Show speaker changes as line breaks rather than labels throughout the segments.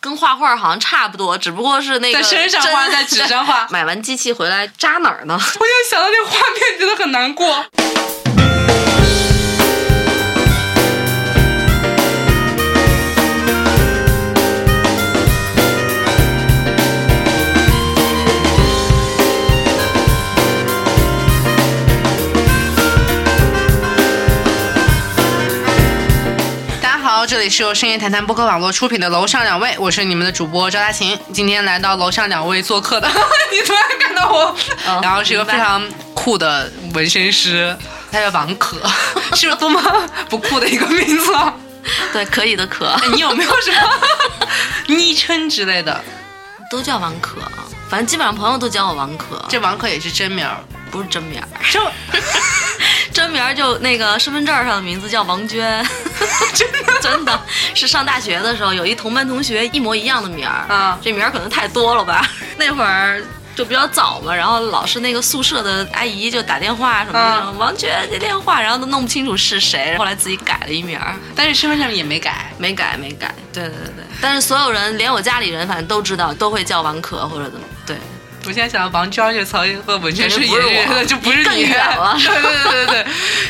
跟画画好像差不多，只不过是那个
在身上画，
针
在纸上画
。买完机器回来扎哪儿呢？
我就想到那个画面，觉得很难过。大家好，这里是由深夜谈谈播客网络出品的《楼上两位》，我是你们的主播赵大琴。今天来到楼上两位做 客的，你突然看到我，
哦
然后是一个非常酷的纹身师，他叫王 可，是不是多么不酷的一个名字啊？
对，可以的可，
哎你有没有什么 昵称之类的？
都叫王可，啊反正基本上朋友都叫我王可，
这王可也是真名儿，
不是真名儿，
这
真名儿就那个身份证上的名字叫王娟， 真的 真的是上大学的时候有一同班同学一模一样的名儿
啊
这名儿可能太多了吧， 那会儿。就比较早嘛，然后老是那个宿舍的阿姨就打电话什么的，
嗯
王娟接电话，然后都弄不清楚是谁，后来自己改了一名儿，
但是身份证也没改。
没改，没改。对对对对，但是所有人，连我家里人，反正都知道，都会叫王可或者怎么。对，
我现在想到王娟这词儿和纹身师
肯
也
定不是我
就不是你，
更远了
对对对对对，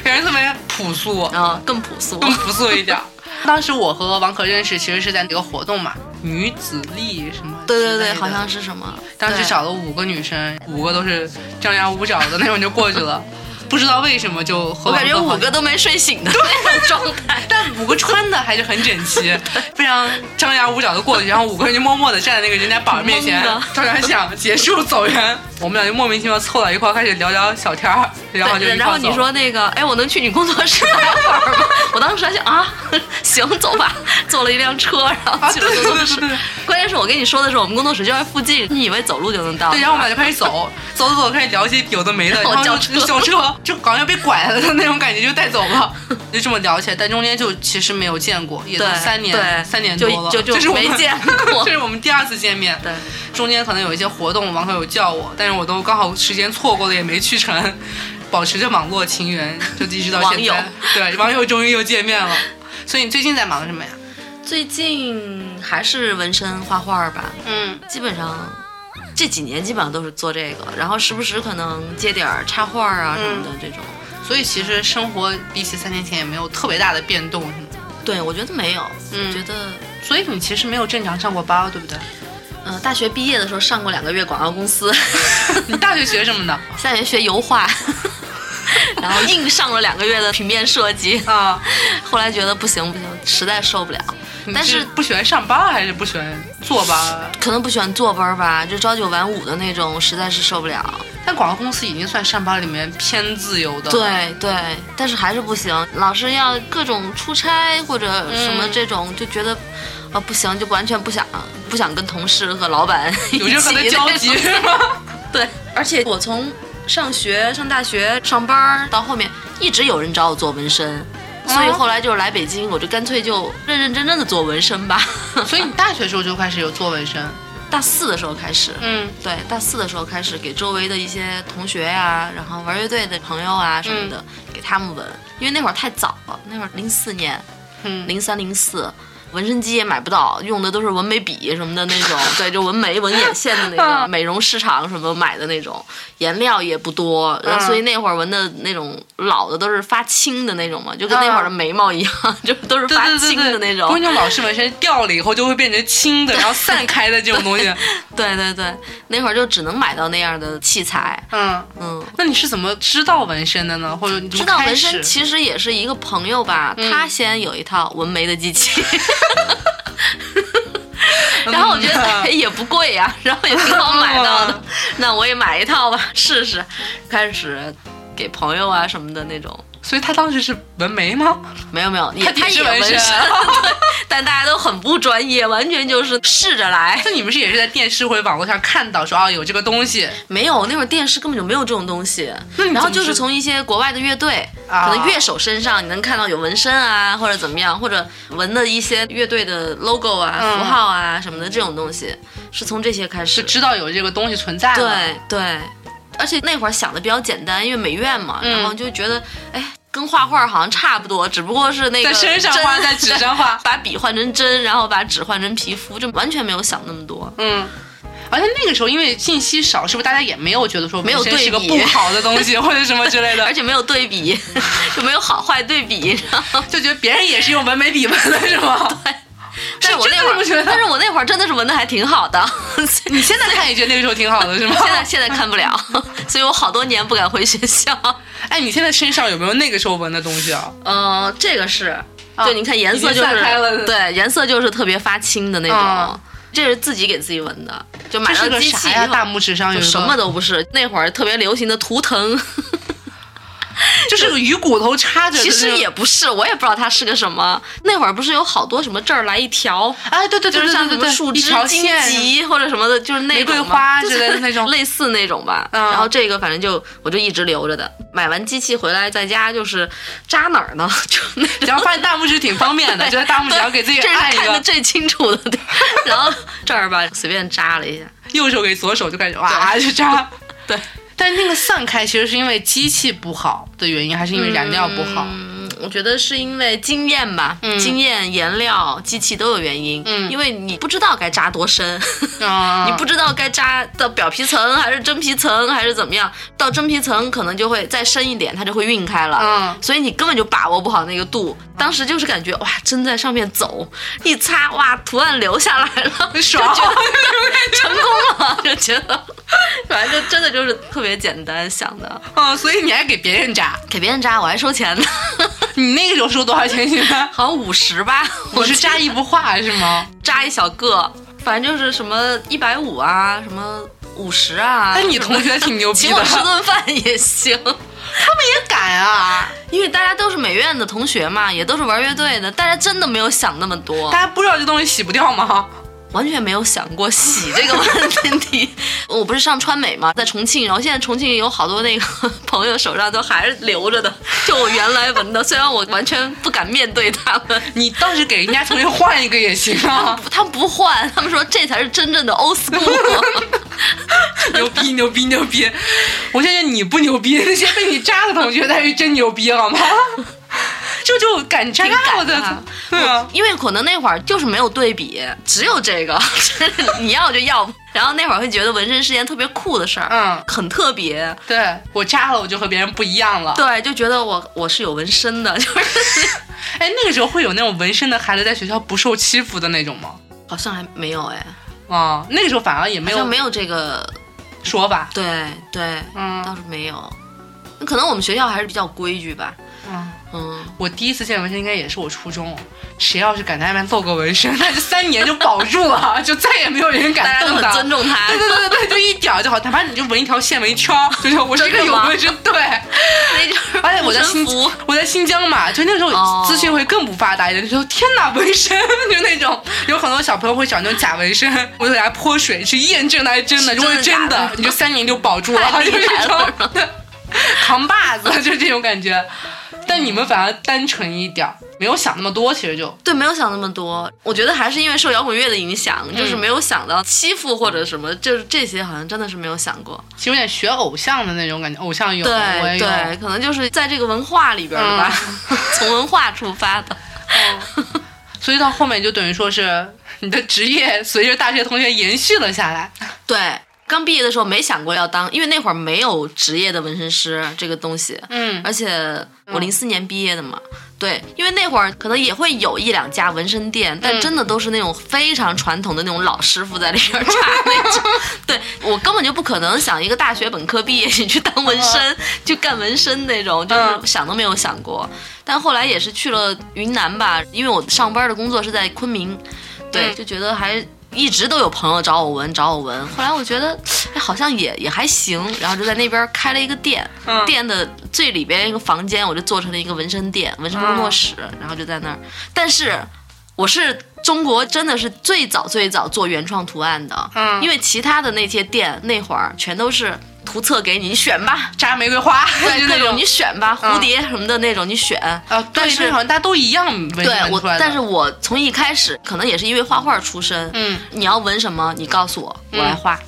感觉特别朴素。
然后更朴 素。
更朴素一点。 当时我和王可认识，其实是在一个活动嘛，女子力什么 之
对
类的。
对对，好像是什么？
当时
对
找了五个女生，五个都是张牙舞爪的那种就过去了，不知道为什么就和
我感觉
王可好
五个，都没睡醒的那种 状态。
但五个穿的还是很整 齐，非常张牙舞爪的过去，然后五个人就默默的站在那个人家板面前
懵的，
照张相，结束走人。我们俩就莫名其妙凑到一块儿开始聊聊小天儿，然后就
对
一块
然
儿
后你
走
说那个，哎，我能去你工作室待会儿吗？ 我当时还想啊， 行，走吧，坐了一辆车，然后
啊，
去
对
了
对
工
对
作室。
对对。
关键是我跟你说的是，我们工作室就在附近，你以为走路就能到？
对，然后我们俩就开始走，走走走，开始聊一些有 的没的，
然后
然后
叫
就
车
叫车，就好像被拐了的那种感觉，就带走 了，就这么聊起来。但中间就其实没有见过，也都
对
三
对
年三年
就
多了，
就就
这是我
没
们
见过
这是我们第二次见面。
对，
中间可能有一些活动，网友有叫我，但是我都刚好时间错过了，也没去成。 保持着网络情缘，就一直到
网
现
友
在。 对，网友终于又见面了。所以你最近在忙什么呀？
最近还是纹身画画吧，
嗯，
基本上这几年基本上都是做这个，然后时不时可能接点儿插画啊什么的这种。
所以其实生活比起三年前也没有特别大的变动，是吗？
对，我觉得没有，我
嗯
觉得
所以你其实没有正常上过 班，对不对？
呃，大学毕业的时候上过两个月广告公 司，
你大学学什么的？
下学学油画。 然后硬上了两个月的平面设计，
啊，
后来觉得不行不行，实在受不了，但
但
是
是不喜欢上班还是不喜欢坐班？
可能不喜欢坐班儿吧，就朝九晚五的那种，实在是受不了。
但广告公司已经算上班里面偏自由的。，
对对，但是还是不行，老是要各种出差或者什么
嗯
这种，就觉得啊不行，就完全不想不想跟同事和老板
有任何
一起
的交
那
集
种
是吗？
对，而且我从上学、上大学、上班儿到后面，一直有人找我做纹身。所以
哦
后来就是来北京，我就干脆就认认真真的做纹身吧。
所以你大学时候就开始有做纹身。
大四的时候开始，
嗯
对，大四的时候开始给周围的一些同学呀、然后玩乐队的朋友啊什么的，给他们纹，因为那会儿太早了，那会儿零四年、
嗯，
零三、零四，纹身机也买不到，用的都是纹眉笔什么的 那种，对，就纹眉、纹眼线的那
嗯
种，美容市场什么买的那种，颜料也不多，
嗯
然后所以那会儿纹的那种老的都是发青的那种嘛，就跟那会儿的眉毛一样， 就都是
对
发
嗯对对
青的那种。
不是那种老式纹身掉了以后就会变成青 的，然后散开的这种东 西。
对对对，那会儿就只能买到那样的器材，
嗯，
嗯。
那你是怎么知道纹身的呢？或者你
知
怎么
道
开
纹
始嗯
身其实也是一个朋友吧，他先有一套纹眉的机 器，然后我觉得、哎、也不贵 呀、然后也挺好买到的
嗯，
那我也买一套吧，试试。开始给朋友啊什么的那种，
所以他当时是纹眉吗？
没有没有，也
他也是
也纹
纹身
对但大家都很不专业，完全就是试着来。
那你们是也是在电视或者网络上看到说啊有这个东西，
没有，那会儿电视根本就没有这种东西。
那你
然后
怎么
就是
知
从一些国外的乐队，
啊
可能乐手身上你能看到有纹身啊，或者怎么样，或者纹的一些乐队的 logo 啊、
嗯
符号啊什么的这种东西，是从这些开始。
知道有这个东西存在了。
对对，而且那会儿想的比较简单，因为美院嘛，
嗯
然后就觉得，哎，跟画画好像差不多，只不过是那个
在身上画
针
在纸上 画
把笔换成针，然后把纸换成皮肤，就完全没有想那么多。
嗯。而且那个时候因为信息少，是不是大家也没有觉得说
没有
纹身是个
对比
不好的东西 或者什么之类的，
而且没有对比， 就没有好坏对比， 然后
就觉得别人也是用纹眉笔纹的是吗？
但是我
真
那
的
会
这么觉
儿，
得
但是我那会儿真的是纹的还挺好的，
你 现在哦看也觉得那个时候挺好的是 吗？
现在现在看不 了，所以我好多年不敢回学校。
哎，你现在身上有没有那个时候纹的东西啊？
嗯、这个是，就你看颜色
哦已
就
经散
是
开了
对，颜色就是特别发青的那种，
嗯
这是自己给自己纹的，就买
这是
了
个
机
啥
器
呀？
以后
大拇指上有
就
一个
什么？都不是。那会儿特别流行的图腾，
就是个鱼骨头插着的那
其
种。
实也不是，我也不知道它是个什么。那会儿不是有好多什么这儿来一条，
哎，对 对
就是
对对
像什
对
么
对，
树
一
枝、
条
荆
线
棘或者什么的，就是那
玫瑰
种嘛
花
就是
之类的那 种
类似那种吧。
嗯
然后这个反正就我就一直留着的。买完机器回来在家就是扎哪儿呢？ 就那种
然后发现大拇指挺 方便的，就在大拇指上给自己
这是
按一
看的
个，
最清楚的。 对然后这儿吧，随便扎了一下。
右手给左手就感觉哇就扎。
对，
但那个散开其实是因为机器不好的原因，还是因为燃料不好？
嗯，我觉得是因为经验吧，
嗯
经验、颜料、机器都有原因。
嗯
因为你不知道该扎多深，
啊
你不知道该扎到表皮层还是真皮层还是怎么样，到真皮层可能就会再深一点，它就会晕开了。
嗯
所以你根本就把握不好那个度，当时就是感觉哇，针在上面走，一擦哇，图案留下来 了，
爽
就觉 得成功了，就觉得，反正就真的就是特别简单想的，
啊，所以你还给别人扎？
给别人扎我还收钱呢，
你那个时候收多少钱？现在
好像五十 吧，
我
我
是扎一幅画是吗？
扎一小个，反正就是什么一百五啊，什么五十 啊，
哎，你同学挺牛逼
请
的，
我吃顿饭也行。
也敢啊！
因为大家都是美院的同学嘛，也都是玩乐队的，大家真的没有想那么多。
大家不知道这东西洗不掉吗？
完全没有想过洗这个问 题。我不是上川美嘛，在重庆，然后现在重庆有好多那个朋友手上都还是留着的，就我原来纹的，虽 然我完全不敢面对他 们。
你倒是给人家重新换一个也行啊！
他们不换，他们说这才是真正的 old school。
牛逼牛逼牛逼！我相信你不牛逼，那些被你扎的同学才是真牛逼，好吗？ 这就敢扎
挺敢
我的
啊，
对啊，
因为可能那会儿就是没有对比，只有这个， 你要就要。然后那会儿会觉得纹身是件特别酷的事儿，
嗯，
很特别，
对我扎了，我就和别人不一样了。
对，就觉得我我是有纹身的， 就是
哎，那个时候会有那种纹身的孩子在学校不受欺负的那种吗？
好像还没有哎，
啊，那个时候反而也没
好像
有
没有这个
说法。
对对，
嗯
倒是没有，那可能我们学校还是比较规矩吧。
嗯，
嗯，
我第一次见纹身应该也是我初中，谁要是敢在外面露个纹身，那就三年就保住了， 就再也没有人
大
敢
家都
动
很
他。
尊重他
对。对对对，就一点儿就好，哪怕你就纹一条线、纹一圈儿，就是我是一个
真的
有
吗
纹身，对。
那就是
而且我在新
护身符，
我在新疆嘛，就那时候
哦
资讯会更不发达一点，就说天哪，纹身 就那种，有很多小朋友会找那种假纹身，我就给他泼水去验证它是真的，
是
如果是
真的假
真的
的，
你就三年就保住了，
太
就
厉
是
害
这种
了
扛把子，就是这种感觉。但你们反而单纯一点儿，没有想那么多，其实就
对，没有想那么多。我觉得还是因为受摇滚乐的影响，
嗯
就是没有想到欺负或者什么，就是这些好像真的是没有想过。
其实有点学偶像的那种感觉，偶像有，我
对
也有。
对，可能就是在这个文化里边儿吧， 从文化出发的。
所以到后面就等于说是你的职业随着大学同学延续了下来。
对，刚毕业的时候没想过要当，因为那会儿没有职业的纹身师这个东西。
嗯，
而且我零四年毕业的嘛，对，因为那会儿可能也会有一两家纹身店，但
嗯
真的都是那种非常传统的那种老师傅在里边扎那 种。对我根本就不可能想一个大学本科毕业你去当纹身，去干纹身那种，就是
嗯
想都没有想过。但后来也是去了云南吧，因为我上班的工作是在昆明，对，
嗯
就觉得还。一直都有朋友找我纹，找我纹。后来我觉得，哎，好像也也还行，然后就在那边开了一个店，
嗯
店的最里边一个房间，我就做成了一个纹身店、纹身工作室，
嗯
然后就在那儿。但是我是中国真的是最早最早做原创图案的，
嗯
因为其他的那些店那会儿全都是图册给你，你选 吧，
扎玫瑰花， 就
对
那
各
种
种你选吧，
嗯
蝴蝶什么的那种你选。
啊，
但
但
是
是好像大家都一样纹
对
身
我
出来，的。
但是我从一开始可能也是因为画画出身，
嗯
你要纹什么，你告诉我，我来
嗯
画。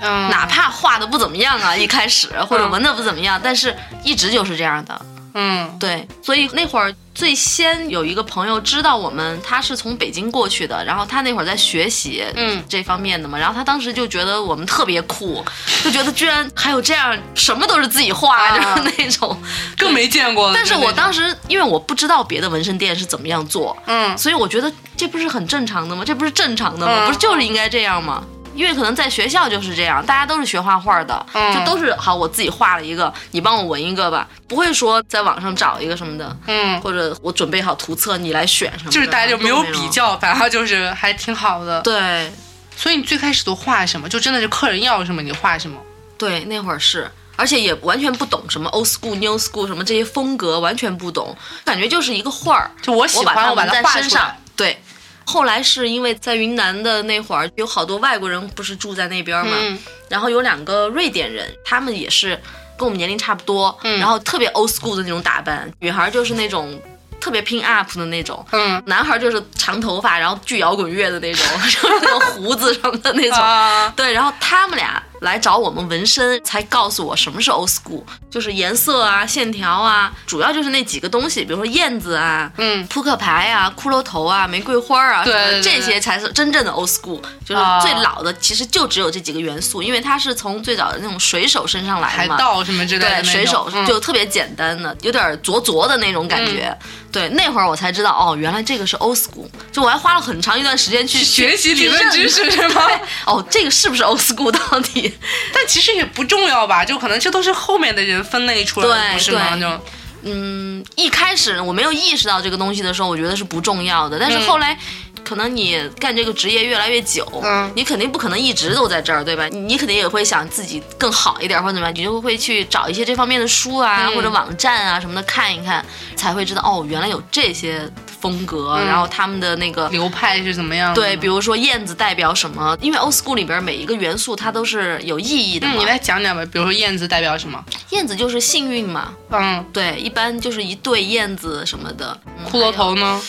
嗯，
哪怕画的不怎么样啊，一开始或者
嗯
纹的不怎么样，但是一直就是这样的。
嗯
对，所以那会儿最先有一个朋友知道我们，他是从北京过去的，然后他那会儿在学习
嗯
这方面的嘛，然后他当时就觉得我们特别酷，就觉得居然还有这样什么都是自己画，
啊
就是那种。
更没见过了。
但是
就那
我
种
当时因为我不知道别的纹身店是怎么样做，
嗯
所以我觉得这不是很正常的吗？这不是正常的
嗯
吗？不是就是应该这样吗？因为可能在学校就是这样，大家都是学画画的，
嗯
就都是好，我自己画了一个，你帮我纹一个吧，不会说在网上找一个什么的，
嗯，
或者我准备好图册你来选什么的，
就是大家就没有
都
比。较，反正就是还挺好的。
对
所以你最开始都画什么？就真的是客人要什么你画什么。
对，那会儿是，而且也完全不懂什么 old school、new school 什么这些风格，完全不懂，感觉就是一个画儿，
就我喜
我把
欢，我把
纹在
画
身
出来
上。。对，后来是因为在云南的那会儿，有好多外国人不是住在那边嘛，
嗯
然后有两个瑞典人，他们也是跟我们年龄差不多，
嗯
然后特别 old school 的那种打扮，女孩就是那种特别拼 up 的那种。
嗯
男孩就是长头发，然后巨摇滚乐的那种， 就是那种胡子什么的那种。
啊，
对，然后他们俩来找我们纹身，才告诉我什么是 old school，就是颜色啊、线条啊，主要就是那几个东西，比如说燕子啊、
嗯
扑克牌啊、骷髅头啊、玫瑰花啊，
对
什么的
对对
这些才是真正的 old school，就是
啊
最老的，其实就只有这几个元素，因为它是从最早的那种水手身上来
海
的嘛。
盗什么之类
对，
的那种。
水手
嗯
就特别简单的，有点灼灼的那种感觉。对，那会儿我才知道，哦，原来这个是 old school。就我还花了很长一段时间去
学习理论
认
知识是吗？
哦，这个是不是 old school 到底？
但其实也不重要吧，就可能这都是后面的人分类出来的，
对
不是吗？
对
就
嗯，一开始我没有意识到这个东西的时候，我觉得是不重要的。但是
嗯
后来，可能你干这个职业越来越久，
嗯
你肯定不可能一直都在这儿，对吧？你你肯定也会想自己更好一点或者怎么样，你就会去找一些这方面的书啊、
嗯
或者网站啊什么的看一看，才会知道哦，原来有这些风格，啊
嗯
然后他们的那个。
流派是怎么样的呢？
对，比如说燕子代表什么？因为 old school 里边每一个元素它都是有意义的嘛。
嗯，你来讲讲吧，比如说燕子代表什么？
燕子就是幸运嘛，
嗯，
对，一般就是一对燕子什么的。嗯
骷髅头呢？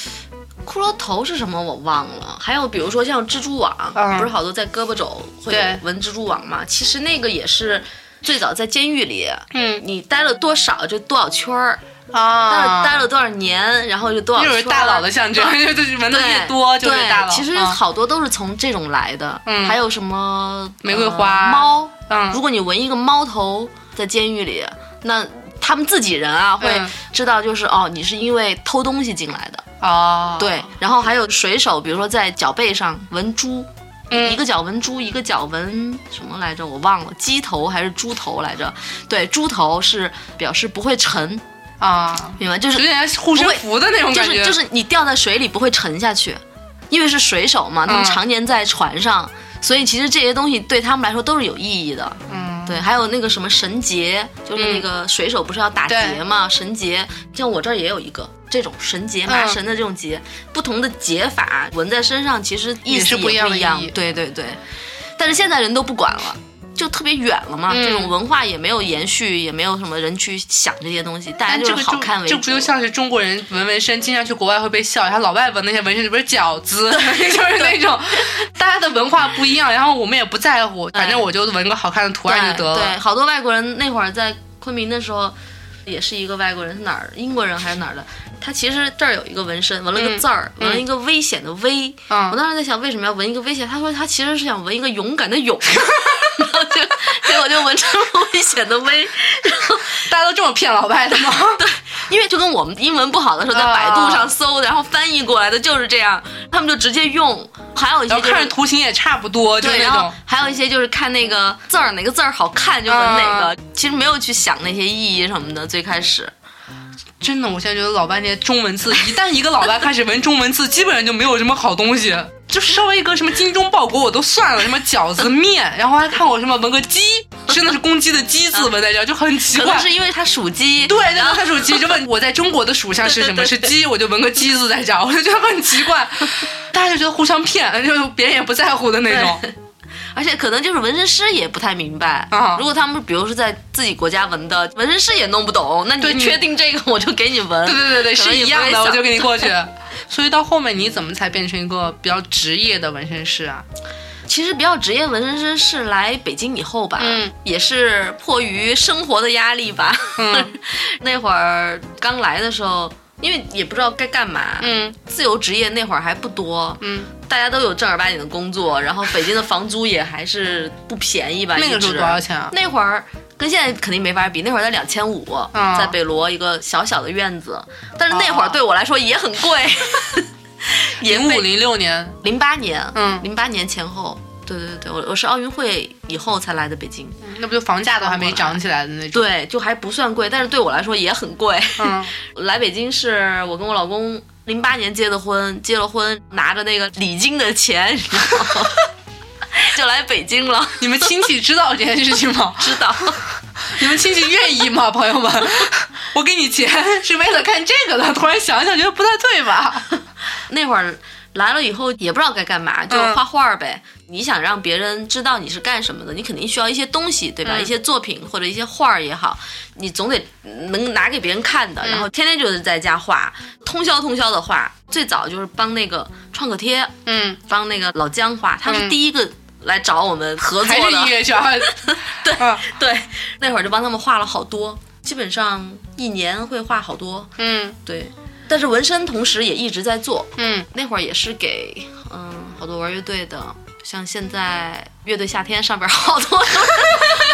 骷髅头是什么我忘了，还有比如说像蜘蛛网，
嗯
不是好多在胳膊肘会
对
有纹蜘蛛网嘛？其实那个也是最早在监狱里，
嗯
你待了多少就多少圈儿，待了
啊，
待了多少年，然后就多少
又
圈儿。
是大佬的象征，就是闻的
对
越多就是
对
大佬。
其实
嗯
好多都是从这种来的，
嗯
还有什么
玫瑰花
呃猫，
嗯
如果你纹一个猫头在监狱里，那他们自己人啊会
嗯
知道，就是、哦，你是因为偷东西进来的。
啊，
对，然后还有水手，比如说在脚背上纹猪，
嗯
一个脚纹猪，一个脚纹什么来着？我忘了，鸡头还是猪头来着？对，猪头是表示不会沉，
啊，
明白？就
有
是
点像护身符的那种
就
感觉，
是就是你掉在水里不会沉下去，因为是水手嘛，他
嗯
们常年在船上，所以其实这些东西对他们来说都是有意义的。
嗯，
对，还有那个什么神节，就是那个水手不是要打
对
结嘛？神节，像我这儿也有一个这种神节，麻
嗯
绳的这种结，不同的结法纹在身上，其实意
也
思
是不
不
一
一
样的意义
对对对，但是现在人都不管了。就特别远了嘛，
嗯
这种文化也没有延续，也没有什么人去想这些东西，大家
但
就
这
是
个
好看为主。
这不就像是中国人纹纹身，经常去国外会被笑，然后老外纹那些纹身不是饺子， 就是那种大家的文化不一样，然后我们也不在乎，反正我就纹个好看的图案就得
对。对，
了。
好多外国人那会儿在昆明的时候，也是一个外国人，是哪儿？英国人还是哪儿的？他其实这儿有一个纹身，纹了个字儿，
嗯
纹了一个危险的危。
嗯
我当时在想，为什么要纹一个危险？他说他其实是想纹一个勇敢的勇。 然后就结果就纹成了危险的危，
大家都这么骗老外的吗？
因为就跟我们英文不好的时候在百度上搜，然后翻译过来的就是这样，他们就直接用。还有一些
然后
就是
看着图形也差不多，就是
对，
那
然后
种。
还有一些就是看那个字儿，哪个字儿好看就纹哪
嗯
个，其实没有去想那些意义什么的。最开始，
真的，我现在觉得老外那些中文字，一旦一个老外开始纹中文字，基本上就没有什么好东西。就是稍微一个什么精忠报国我都算了，什么饺子面，然后还看我什么纹个鸡，真的是公鸡的鸡字纹在这儿，就很奇
可
怪
能。是因为它属鸡，
对，那个他属鸡，就问我在中国的属相是什么？
对对
是鸡，我就纹个鸡字在这儿，我就觉得很奇怪。大家就觉得互相骗，就别人也不在乎的那种。
而且可能就是纹身师也不太明白。
啊
如果他们比如是在自己国家纹的，纹身师也弄不懂，那
对
你
你
确定这个我就给你纹。
对对对对，
可
是
能也
一
不
样
会
的，我
想
就给 你过去。所以到后面你怎么才变成一个比较职业的纹身师啊？
其实比较职业纹身师是来北京以后吧，
嗯
也是迫于生活的压力吧。
嗯
那会儿刚来的时候，因为也不知道该干嘛，
嗯
自由职业那会儿还不多，
嗯，
大家都有正儿八经的工作，然后北京的房租也还是不便宜吧。
那个
一
时候
直
多少钱啊？
那会儿跟现在肯定没法比，那会儿才两千五，
啊
在北罗一个小小的院子，但是那会儿对我来说也很 贵，也
零五零六年，
零八年，
嗯
零八年前后，对对对，我我是奥运会以后才来的北京，
那不就房价都还没涨起来的那种？
对，就还不算贵，但是对我来说也很贵。
嗯，
来北京是我跟我老公零八年结的婚，结了婚拿着那个礼金的钱，你知道吗？就来北京了，？
你们亲戚知道这件事情吗
知道。
你们亲戚愿意吗，朋友们？ 我给你钱是为了看这个的，突然想一想觉得不太对吧？
那会儿来了以后也不知道该干嘛，就
嗯
画画呗。你想让别人知道你是干什么的，你肯定需要一些东西，对吧？
嗯
一些作品或者一些画儿也好，你总得能拿给别人看
嗯
的。然后天天就是在家画，通宵通宵的画。最早就是帮那个创可贴，
嗯，
帮那个老姜画，他是
嗯
第一个来找我们合作
还是音
的。
乐啊圈儿？ 对，
对，那会儿就帮他们画了好多，基本上一年会画好多。
嗯
对，但是纹身同时也一直在做，
嗯
那会儿也是给嗯好多玩乐队的，像现在乐队夏天上边好多。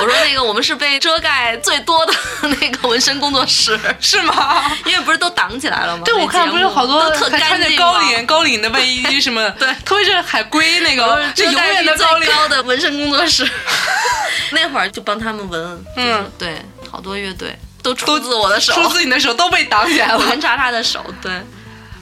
我说那个我们是被遮盖最多的那个纹身工作室，
是吗？
因为不是都挡起来了吗？
对，我看不是有好多
都特
还穿
干
着
净
高
吗。
领高领的卫衣什么，
对
特别是海龟那个，
遮
是永
盖
远
率
的高
最
领。
高的纹身工作室， 那会儿就帮他们纹，
嗯，
对，好多乐队都出
都
自我的手，
出自你的手都被挡 起来
我
了，
跟渣渣的手，对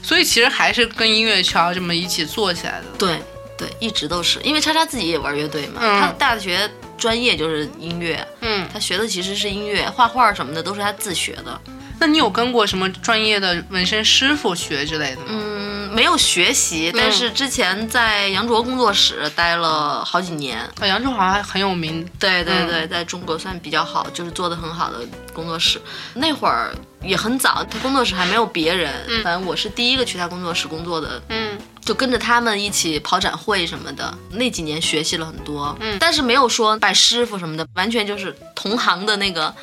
所以其实还是跟音乐圈儿这么一起做起来的。
对对，一直都是，因为叉叉自己也玩乐队嘛，
嗯
他大学专业就是音乐，
嗯，
他学的其实是音乐，画画什么的都是他自学的。
那你有跟过什么专业的纹身师傅学之类的吗？
嗯，没有学习，但是之前在杨卓工作室待了好几年。
啊，扬州好像还很有名。
对对对，在中国算比较好，就是做的很好的工作室。那会儿也很早，他工作室还没有别人，反正我是第一个去他工作室工作的，
嗯
就跟着他们一起跑展会什么的。那几年学习了很多，但是没有说拜师傅什么的，完全就是同行的那个。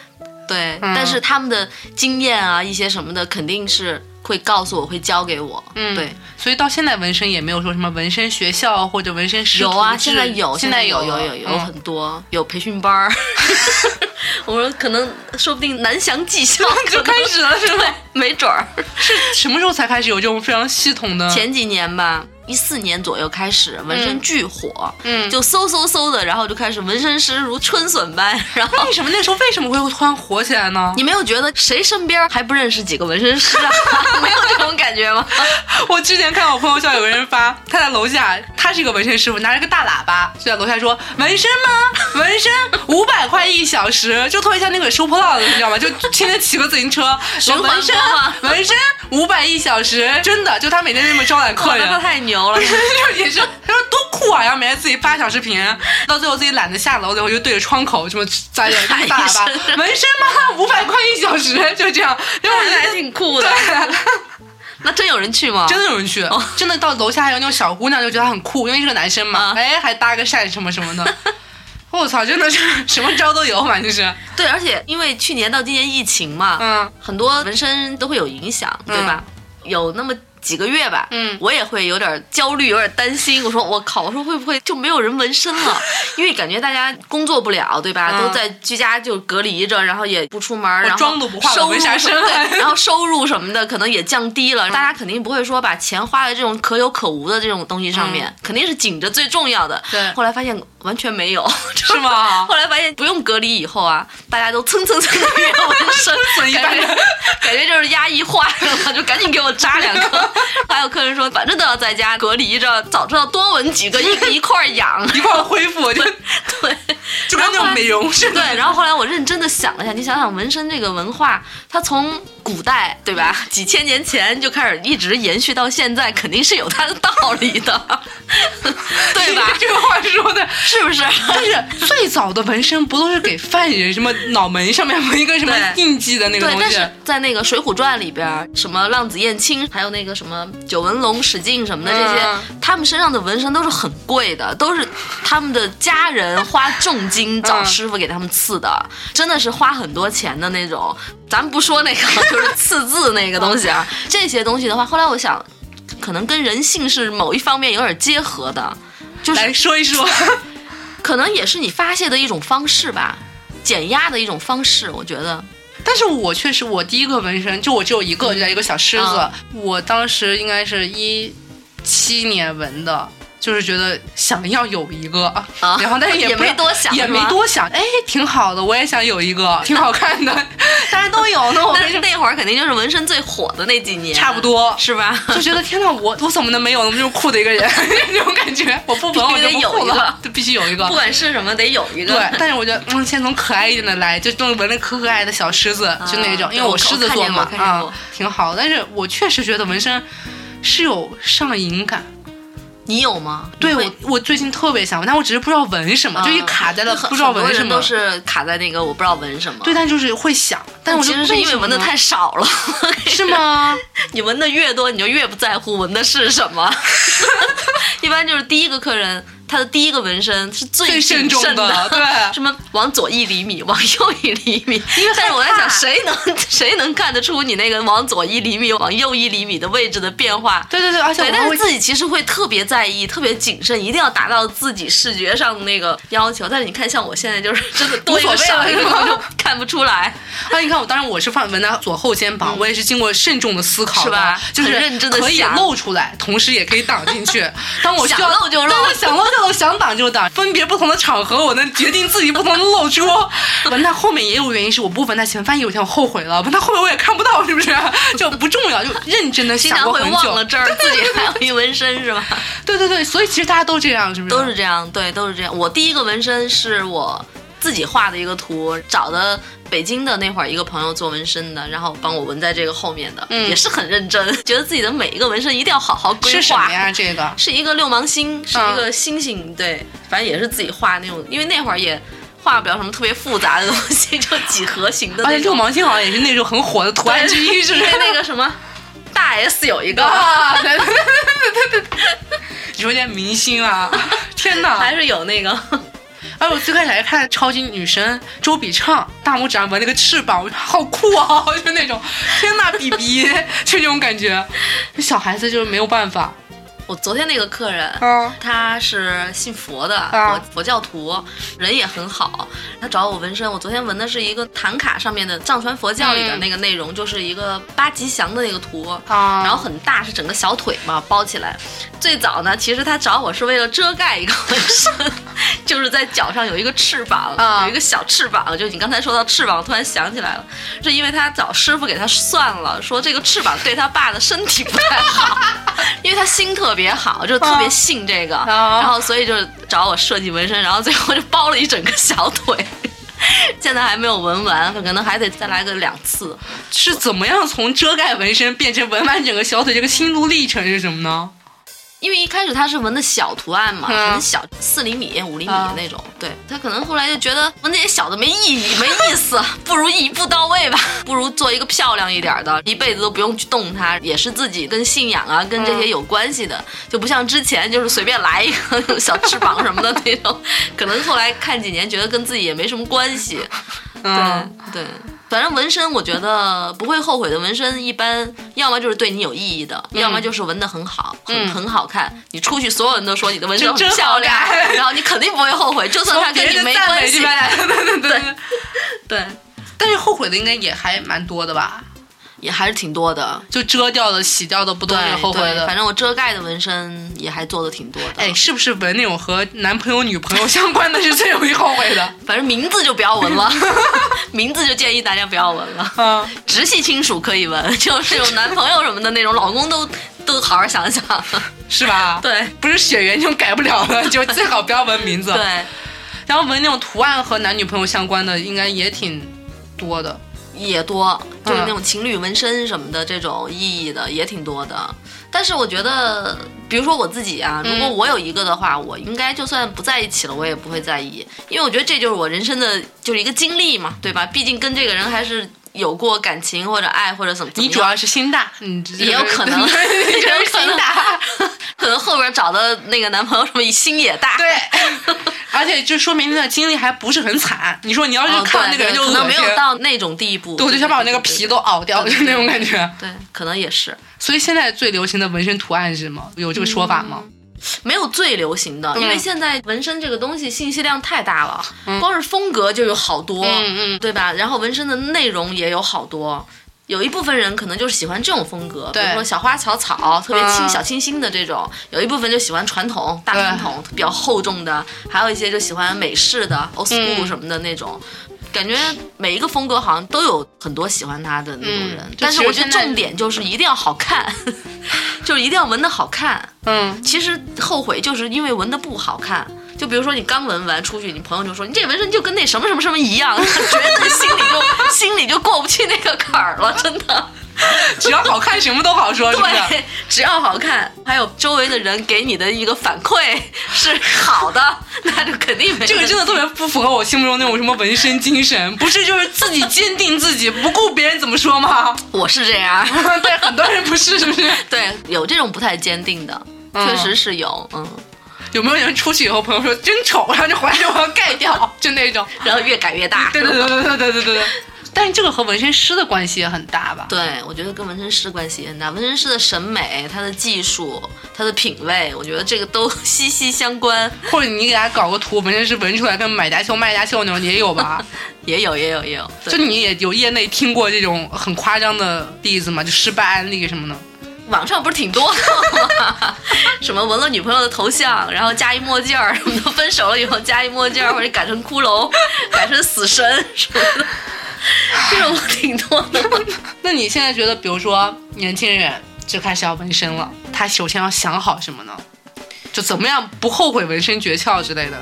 对，
嗯
但是他们的经验啊，一些什么的，肯定是会告诉我，会教给我。
嗯，
对，，
所以到现在纹身也没有说什么纹身学校或者纹身师
有啊，
徒制
现在有，
现
在
有
有
了
有有
嗯
很多，有培训班儿。我说可能说不定南翔技校
就开始了是吗？
没准儿。
什么时候才开始有这种非常系统的？
前几年吧，一四年左右开始纹身
嗯
巨火，
嗯，
就嗖嗖嗖的，然后就开始纹身师如春笋般。然后
为什么那时候为什么会突然火起来呢？
你没有觉得谁身边还不认识几个纹身 师啊？没有这种感觉吗？
我之前看我朋友圈有个人发，他在楼下，他是一个纹身师傅，拿着个大喇叭就在楼下说纹身吗？纹身五百块一小时，就特别像那个收破烂的，你知道吗？就天天骑个自行车，
循环播
纹身
放
纹身五百一小时，真的就他每天就这么招揽客
哇那
人
他。太牛 了！
就是也是，他说多酷啊！然后每天自己发小视频，到最后自己懒得下楼，然后就对着窗口这么在着大喇叭，
喊一声
纹身吗？五百块一小时，就这样。然后我
看
就
啊着还挺酷的。 那真有人去吗？
真的有人去，真的到楼下还有那种小姑娘就觉得他很酷，因为是个男生嘛，
啊
哎，还搭个讪什么什么的。 我操，真的是什么招都有，反正是，
对，而且因为去年到今年疫情嘛，
嗯
很多纹身都会有影响，对吧？有那么几个月吧，
嗯
我也会有点焦虑，有点担心。我说我靠，我说会不会就没有人纹身 了？因为感觉大家工作不了，对吧？
嗯
都在居家就隔离着，然后也不出门，然后
妆都不化
收
我
入
纹
什
啥
么
身嗯啊
对然后收入什么的可能也降低了，大家肯定不会说把钱花在这种可有可无的这种东西上面，肯定是紧着最重要的。
嗯对
后来发现完全没有，
是吗？
后来发现不用隔离以后啊，大家都蹭蹭蹭的越纹身，
损一般
感觉感觉就是压抑化了，就赶紧给我扎两 个。还有客人说，反正都要在家隔离着，早知道多纹几个， 一一块儿养。
一块儿恢复，就
对，
就跟那种美容似的。
对，然后后来我认真的想了一下，你想想纹身这个文化，它从古代对吧，
嗯
几千年前就开始一直 延续到现在，肯定是有它的道理的，对吧？
这个话说的
是不是？
就是最早的纹身不都是给犯人什么脑门上面纹一个什么
对
印记的那个
对，
东
但
西？
是在那个《水浒传》里边，什么浪子燕青，还有那个什么九纹龙史进什么的，这些、
嗯
他们身上的纹身都是很贵的，都是他们的家人花重金找
嗯
师傅给他们刺的，真的是花很多钱的那种。咱不说那个，就是刺字那个东西 啊，这些东西的话，后来我想，可能跟人性是某一方面有点结合的，就是
来说 一说，
可能也是你发泄的一种方式吧，减压的一种方式，我觉得。
但是我确实，我第一个纹身就我只有一个，就叫一个小狮子
嗯。
我当时应该是一七年纹的，就是觉得想要有一个，
啊
然后但是
也
不
没多想
也
是
没
吗
多想，哎，挺好的，我也想有一个，挺好看的， 大家都有，那我
但
为什
是
么
那会儿肯定就是纹身最火的那几年，
差不多？
是吧？
就觉得天呐，我我怎么能没有那么就是酷的一个人 那种感觉？我不纹我就
必须得
不
有
酷
一个
了，就必须有一个
不。管是什么，得有一个。
对，但是我觉得，嗯，先从可爱一点的来，就弄纹了可可爱的小狮子，就那种，
对
因
嗯
为
我
狮子
看
座
见过
嘛，
看见
啊
过，
挺好。但是我确实觉得纹身是有上瘾感。
你有吗？
对
你
我
会，
我最近特别想纹，但我只是不知道纹什么，就一
嗯
卡在了
那很
不知道
很多
纹什
人
么
都。是卡在那个我不知道纹什么。
对，，但就是会想，但我就
其实是因为纹的
的
太少了。
是吗？
你纹的越多，你就越不在乎纹的是什 么。一般就是第一个客人，他的第一个纹身是最
最慎
谨
重
慎
的，对，
什么往左一厘米，往右一厘米。
因为
但是我在
害怕
想，谁能 谁能看得出你那个往左一厘米、往右一厘米的位置的变化？
对对对，而且
对，
我
但
还
是
会
自己其实会特别在意、特别谨慎，一定要达到自己视觉上的那个要求。但是你看，像我现在就是 真的多一
无
个
所谓了
少一个，
是吧
我就看不出来。
啊，你看我，当然我是放纹在左后肩膀，我也是经过慎重的思考
嗯是
的
吧
就是
很认真地
可以
想
露出来，同时也可以挡进去。当我需要
想露就露
对对想露就露，想挡就挡。分别不同的场合，我能决定自己不同的露 出。纹在后面也有原因，是我不纹在前，万一有一天我后悔了，纹在后面我也看不到，是不 是？就不重要，就认真的
经
想
常
过
会
很
忘了
久。
这儿，自己还有一纹身是吧？
对对对，所以其实大家都这样，是不是？
都是这样，对，都是这样。我第一个纹身是我自己画的一个图，找的北京的那会儿一个朋友做纹身的，然后帮我纹在这个后面的，
嗯
也是很认真，觉得自己的每一个纹身一定要好好规划。
是什么呀？这个
是一个六芒星，是
嗯
一个星星，对，反正也是自己画那种，因为那会儿也画不了什么特别复杂的东西，就几何形的
而
那
且六
种。
芒星好像也是那时候很火的图案之一，是 不
因
是
为？那个什么大 S 有一个，
啊，对对对对对，有点明星 啊！天哪！
还是有那个，
哎，我最开始还看超级女声周笔畅，大拇指啊上纹了个翅膀，我说好酷啊！ 就那种，天哪，比比，就那种感觉。小孩子就是没有办法。
我昨天那个客人，
嗯，
他是信佛的，
啊
佛佛教徒，人也很好。他找我纹身，我昨天纹的是一个唐卡上面的藏传佛教里的
嗯
那个内容，就是一个八吉祥的那个图
啊
然后很大，是整个小腿嘛包起来。最早呢，其实他找我是为了遮盖一个纹身， 就是在脚上有一个翅膀，
啊
有一个小翅膀。就你刚才说到翅膀，我突然想起来了，是因为他找师傅给他算了，说这个翅膀对他爸的身体不太好。因为他心特别好，就特别信这个，
啊
然后所以就找我设计纹身，然后最后就包了一整个小腿。 现在还没有纹完，可能还得再来个两次。
是怎么样从遮盖纹身变成纹完整个小腿？这个心路历程是什么呢？
因为一开始他是纹的小图案嘛，
嗯
很小，四厘米、五厘米
啊
的那种。对他可能后来就觉得纹那些小的没意义、没意思，啊 不如一步到位吧， 不如做一个漂亮一点的，一辈子都不用去动它，也是自己跟信仰啊、跟这些有关系的，就不像之前就是随便来一个 小翅膀什么的那种。可能后来看几年，觉得跟自己也没什么关系。
嗯，
对对，反正纹身我觉得不会后悔的，纹身一般要么就是对你有意义的，要么就是纹的很好，
嗯
很很好看。你出去所有人都说你的纹身
真
很
真
漂亮
好看，
然后你肯定不会后悔，就算它
从
跟
别
你
人
没
的赞
关
美这
系
边。来， 对对对对。
对，
但是后悔的应该也还蛮多的吧？
也还是挺多的。
就遮掉的、洗掉的，不
对
动也，后悔
对
的
反。正我遮盖的纹身也还做的挺多的。
哎，，是不是纹那种和男朋友、女朋友相关的是最容易后悔 的？
反正名字就不要纹 了，名字就建议大家不要纹了。
啊，
直系亲属可以纹，就是有男朋友什么的那种，老公都都好好想想。
是吧？，
对
不是血缘就改不了了， 就最好不要纹名字。
对，。
然后纹那种图案和男女朋友相关的，应该也挺多的。
也多，就是
嗯
那种情侣纹身什么的，这种意义的也挺多的。但是我觉得，比如说我自己啊，
嗯
如果我有一个的话，我应该就算不在一起了，我也不会在意，因为我觉得这就是我人生的就是一个经历嘛，对
嗯
吧？毕竟跟这个人还是有过感情或者爱或者怎么怎么样。
你主要是心大，嗯，
也有可能
你
也有
这
可能
心 大，
可能后边找的那个男朋友什么心也大，
对，而且就说明那个经历还不是很惨。你说你要是
哦，
看了那个
对
人就
可
恶
能
心，
没有到那种地步。
对，我就想把我那个
对
皮都熬掉，就那种感觉。
对，可能也是
所以现在最流行的纹身图案是什么？有这个说法吗？
没有最流行的，因为
嗯
现在纹身这个东西信息量太大了，光是风格就有好多，
嗯嗯
对吧？然后纹身的内容也有好多。有一部分人可能就是喜欢这种风格，比
对
如说小花草草，特别清
嗯
小清新的这种；有一部分就喜欢传统大传
嗯
统，比较厚重的；还有一些就喜欢美式的 old school
嗯
什么的那种。感觉每一个风格好像都有很多喜欢他的那种人，
嗯就
但是
其实
我觉得
现在
重点就是一定要好看， 就是一定要纹的好看。
嗯，
其实后悔就是因为纹的不好看。就比如说你刚纹完出去，你朋友就说你这纹身就跟那什么什么什么一样， 觉得心里就心里就过不去那个坎儿了，真 的。
只要好看，什么都好说，是不是？
对， 只要好看，还有周围的人给你的一个反馈是好的，那就肯定没
这个真
问
的特别不符合我心目中那种什么纹身精神，不是就是自己坚定自己，不顾别人怎么说吗？
题我是这样，
对，很多人不是，是不是？
对，有这种不太坚定的，
嗯
确实是有，嗯，
有没有人出去以后，朋友说真丑，然后就回来就把它盖掉，就那种？
然后越改越大。
对对对对对对对对对。但这个和纹身师的关系也很大吧？
对，我觉得跟纹身师关系也很大。纹身师的审美、他的技术、他的品味，我觉得这个都 息息相关。
或者你给他搞个图，纹身师纹出来跟买家秀卖家秀那种也有 吧？
也有，也有，也有。
就
对，
你也有业内听过这种很夸张的例子吗？就失败案例什么的？
网上不是挺多的吗？ 什么纹了女朋友的头像，然后加一墨镜儿，什么的分手了以后加一墨镜儿，或者改成骷髅、改成死神什么的， 这种挺多的。
那你现在觉得，比如说年轻人就开始要纹身了，他首先要想好什么呢？就怎么样不后悔纹身诀窍之类的？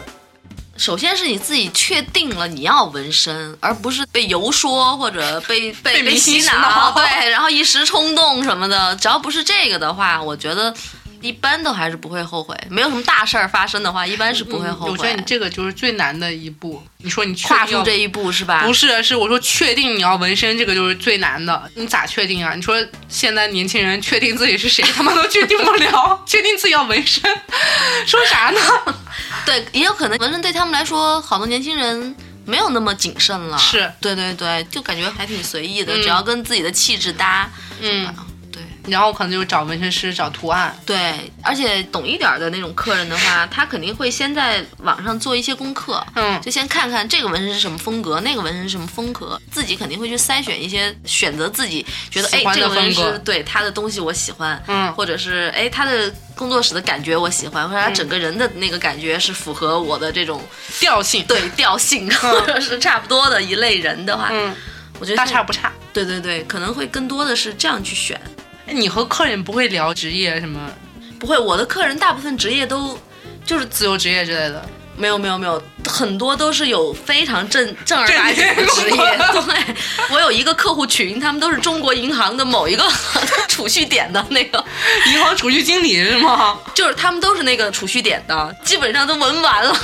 首先是你自己确定了你要纹身，而不是被游说或者 被被
被
被
明
洗
星洗
脑，
脑
对，然后一时冲动什么的。只要不是这个的话，我觉得一般都还是不会后悔。没有什么大事儿发生的话，一般是不会后悔。
嗯我觉得你这个就是最难的一步。你说你确定
跨出
要
这一步是吧？
不是，是我说确定你要纹身，这个就是最难的。你咋确定啊？你说现在年轻人确定自己是谁，他们都确定不了，确定自己要纹身，说啥呢？
对，也有可能纹身对他们来说，好多年轻人。没有那么谨慎了，
是
对对对，就感觉还挺随意的，
嗯
只要跟自己的气质搭，
嗯，
对。
然后可能就找纹身师找图案，
对，而且懂一点儿的那种客人的话，他肯定会先在网上做一些功课，
嗯
就先看看这个纹身是什么风格，那个纹身是什么风格，自己肯定会去筛选一些，选择自己觉得哎
喜欢
这
的
个纹身
风
师
格
对他的东西我喜欢，
嗯
或者是哎他的工作室的感觉我喜欢，或者他整个人的那个感觉是符合我的这种
调性，
对调性、或者是差不多的一类人的话，
嗯，
我觉得
大差不差。
对对对，可能会更多的是这样去选。
哎你和客人不会聊职业什么
不会，我的客人大部分职业都就是
自由职业之类的，
没有没有没有，很多都是有非常正正儿八经的职
正
业。
经工作
对，我有一个客户群，他们都是中国银行的某一个 储蓄点的那个，
银行储蓄经理是 吗？
就是他们都是那个储蓄点的， 基本上都纹完了，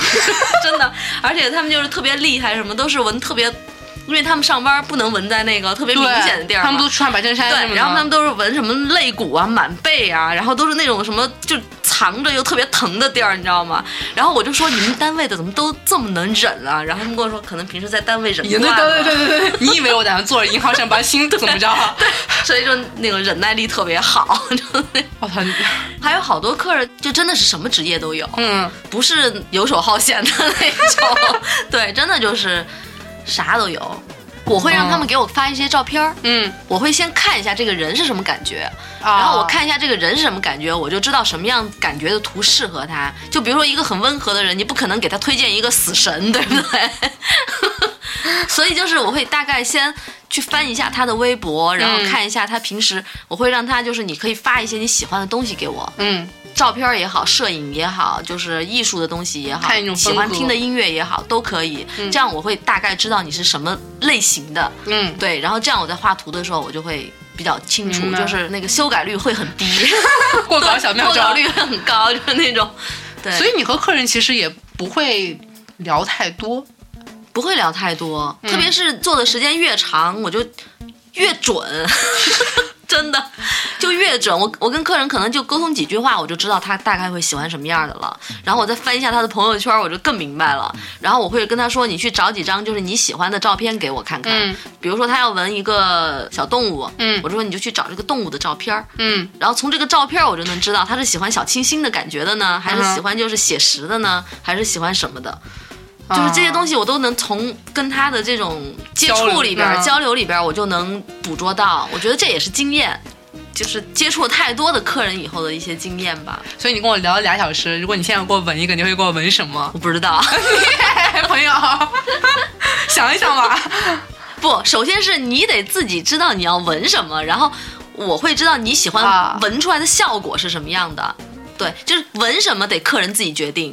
真的。而且他们就是特别厉害，什么都是纹特别，因为他们上班不能纹在那个特别明显的地儿嘛，
他们都穿白衬衫什么
对，
的，
然后他们都是纹什么肋骨啊、满背啊，然后都是那种什么就藏着又特别疼的地儿，你知道吗？然后我就说你们单位的怎么都这么能忍啊？然后他们跟我说，可能平时在单位忍
也
惯
对
了，
对对对对对，你以为我打算坐着银行上班，心怎么着？
所以就那个忍耐力特别好。 就那
我操，你
还有好多客人就真的是什么职业都有，
嗯，
不是游手好闲的那种， 对，真的就是啥都有。我会让他们给我发一些照片儿，
嗯，啊
我会先看一下这个人是什么感觉，
然
然后我看一下这个人是什么感觉，我就知道什么样感觉的图适合他。就比如说一个很温和的人，你不可能给他推荐一个死神，对不对？ 所以就是我会大概先去翻一下他的微博，然后
嗯
看一下他平时，我会让他就是你可以发一些你喜欢的东西给我，
嗯，
照片也好，摄影也好，就是艺术的东西也好
看一，种
喜
风格
欢听的音乐也好，都可以。这样我会大概知道你是什么类型的，
嗯，
对，然后这样我在画图的时候，我就会比较清楚
明，白
就是那个修改率会很低，
过稿 小妙
过稿
招。
率会很高，就是那种。对，
所以你和客人其实也不会聊太多，
不会聊太多，
嗯
特别是做的时间越长，我就越准， 真的就越准。我我跟客人可能就沟通几句话，我就知道他大概会喜欢什么样的了。然后我再翻一下他的朋友圈，我就更明白了。然后我会跟他说：“你去找几张就是你喜欢的照片给我看看。
嗯
比如说他要纹一个小动物，
嗯
我就说你就去找这个动物的照片儿。
嗯，
然后从这个照片儿我就能知道他是喜欢小清新的感觉的呢，还是
嗯哼
喜欢就是写实的呢，还是喜欢什么的。
嗯
就是这些东
西。
西我都能从跟他的这种接触里边
交
儿、
流嗯
交流里边儿，我就能捕捉到。我觉得这也是经验，就是接触太多的客人以后的一些经验吧。
所以你跟我聊了俩小时，如果你现在给我纹一个，你会给我纹什么？
我不知道，
朋友， 想一想吧。
不，首先是你得自己知道你要纹什么，然后我会知道你喜
啊
欢纹出来的效果是什么样的。对，就是纹什么得客人自己决定。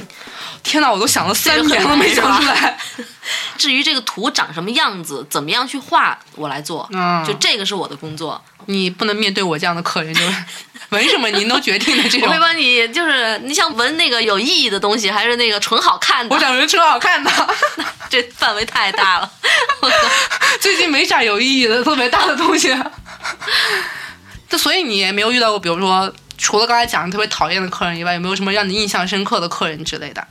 天哪，我都想了三
这个
年
很
了，没
难
想出
是吧
来。
至于这个图长什么样子，怎么样去画，我来做。
嗯
就这个是我的工作。
你不能面对我这样的客人，就是 纹什么您都决定的这
我
种
会。帮你，就是你想纹那个有意义的东西，还是那个纯好看
我
的？
想纹出好看的，
这范围太大了。
最近没啥有意义的特别大的东西。 那所以你也没有遇到过，比如说除了刚才讲的特别讨厌的客人以外，有没有什么让你印象深刻的客人之类的？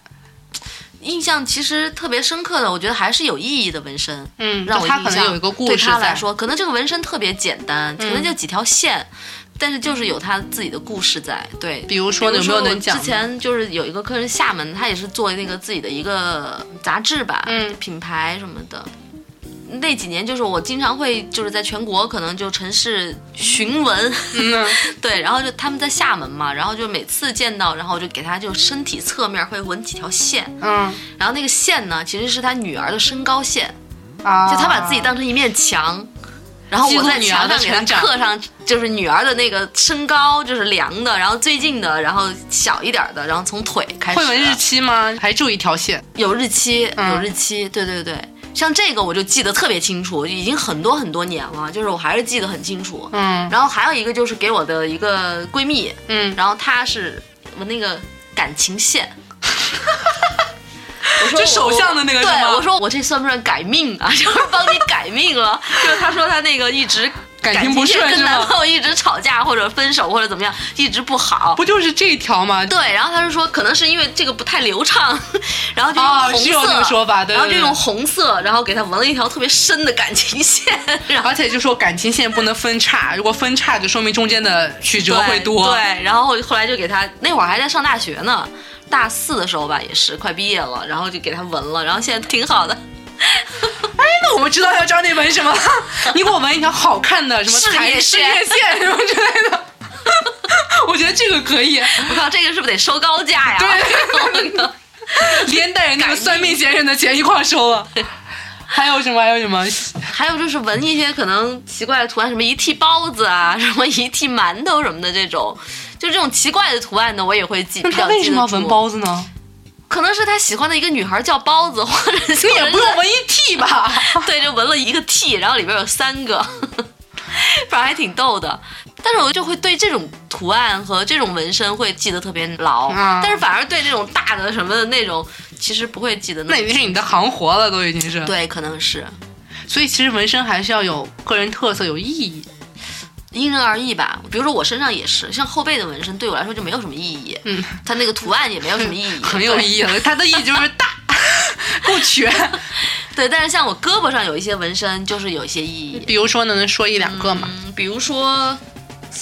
印象其实特别深刻的，我觉得还是有意义的纹身。
嗯
让
就
我
他
印
可能
象
有一个故
对
事
他
在嗯
来说，可能这个纹身特别简单，可能就几条线，但是就是有他自己的故事在。对，
比如说有没有能讲
比如说我之前就是有一个客人，厦门，他也是做那个自己的一个杂志吧，
嗯
品牌什么的。那几年就是我经常会就是在全国可能就城市巡文，
嗯，
对，然后就他们在厦门嘛，然后就每次见到，然后我就给他就身体侧面会纹几条线，
嗯
然后那个线呢其实是他女儿的身高线，
啊，
就他把自己当成一面墙，然后我在墙上给他刻上，就是女儿的那个身高，就是量的，然后最近的，然后小一点的，然后从腿开始啊
会纹日期吗？还就一条线？
有日期，
嗯
有日期，对对对。像这个我就记得特别清楚，已经很多很多年了，就是我还是记得很清楚。
嗯
然后还有一个就是给我的一个闺蜜，
嗯，
然后她是我那个感情线，我说
就
我
手相的那个是
对，
吗
我说我这算不算改命啊？ 就是帮你改命了。就是她说她那个一直
感情
情
不顺
跟
是
男
吗？
朋友一直吵架或者分手或者怎么样，一直不好。
不就是这一条吗？
对，然后她就说可能是因为这个不太流畅，然后就用
哦，
红
是有
色，
这个说法，对
然后
对
就
对。
用红色，然后给她纹了一条特别深的感情线，然后。
而且就说感情线不能分叉，如果分叉就说明中间的曲折会多。
对，对然后后来就给他那会儿还在上大学呢，大四的时候吧，也是快毕业了，然后就给他纹了，然后现在挺好的，
那我们知道要找你纹什么了，你给我纹一条好看的什么
事业
财事
线
业线什么之类的， 我觉得这个可以，
我靠，这个是不是得收高价呀？ 对，
连带着那个算命先生的钱一块儿收了。还有什么？还有什么？
还有就是纹一些可能奇怪的图案，什么一屉包子啊，什么一屉馒头什么的这种。就这种奇怪的图案呢，我也会记。
那他为什么要纹
比较记得住？
包子呢？
可能是他喜欢的一个女孩叫包 子，或者是
你也不用纹一屉吧？
对，就纹了一个 T，然后里边有三个， 反正还挺逗的。但是我就会对这种图案和这种纹身会记得特别牢，
嗯
但是反而对这种大的什么的那种，其实不会记得那
那
么。
已经是你的行活了，都已经是。
对，可能是
所以其实纹身还是要有个人特色，有意义。
因人而异吧。比如说我身上也是，像后背的纹身对我来说就没有什么意义，
嗯，
它那个图案也没有什么意 义，
很有
对
意义了。它的意义就是大， 够全。
对，但是像我胳膊上有一些纹身，就是有一些意义。
比如说呢，能说一两个嘛？
嗯，比如说，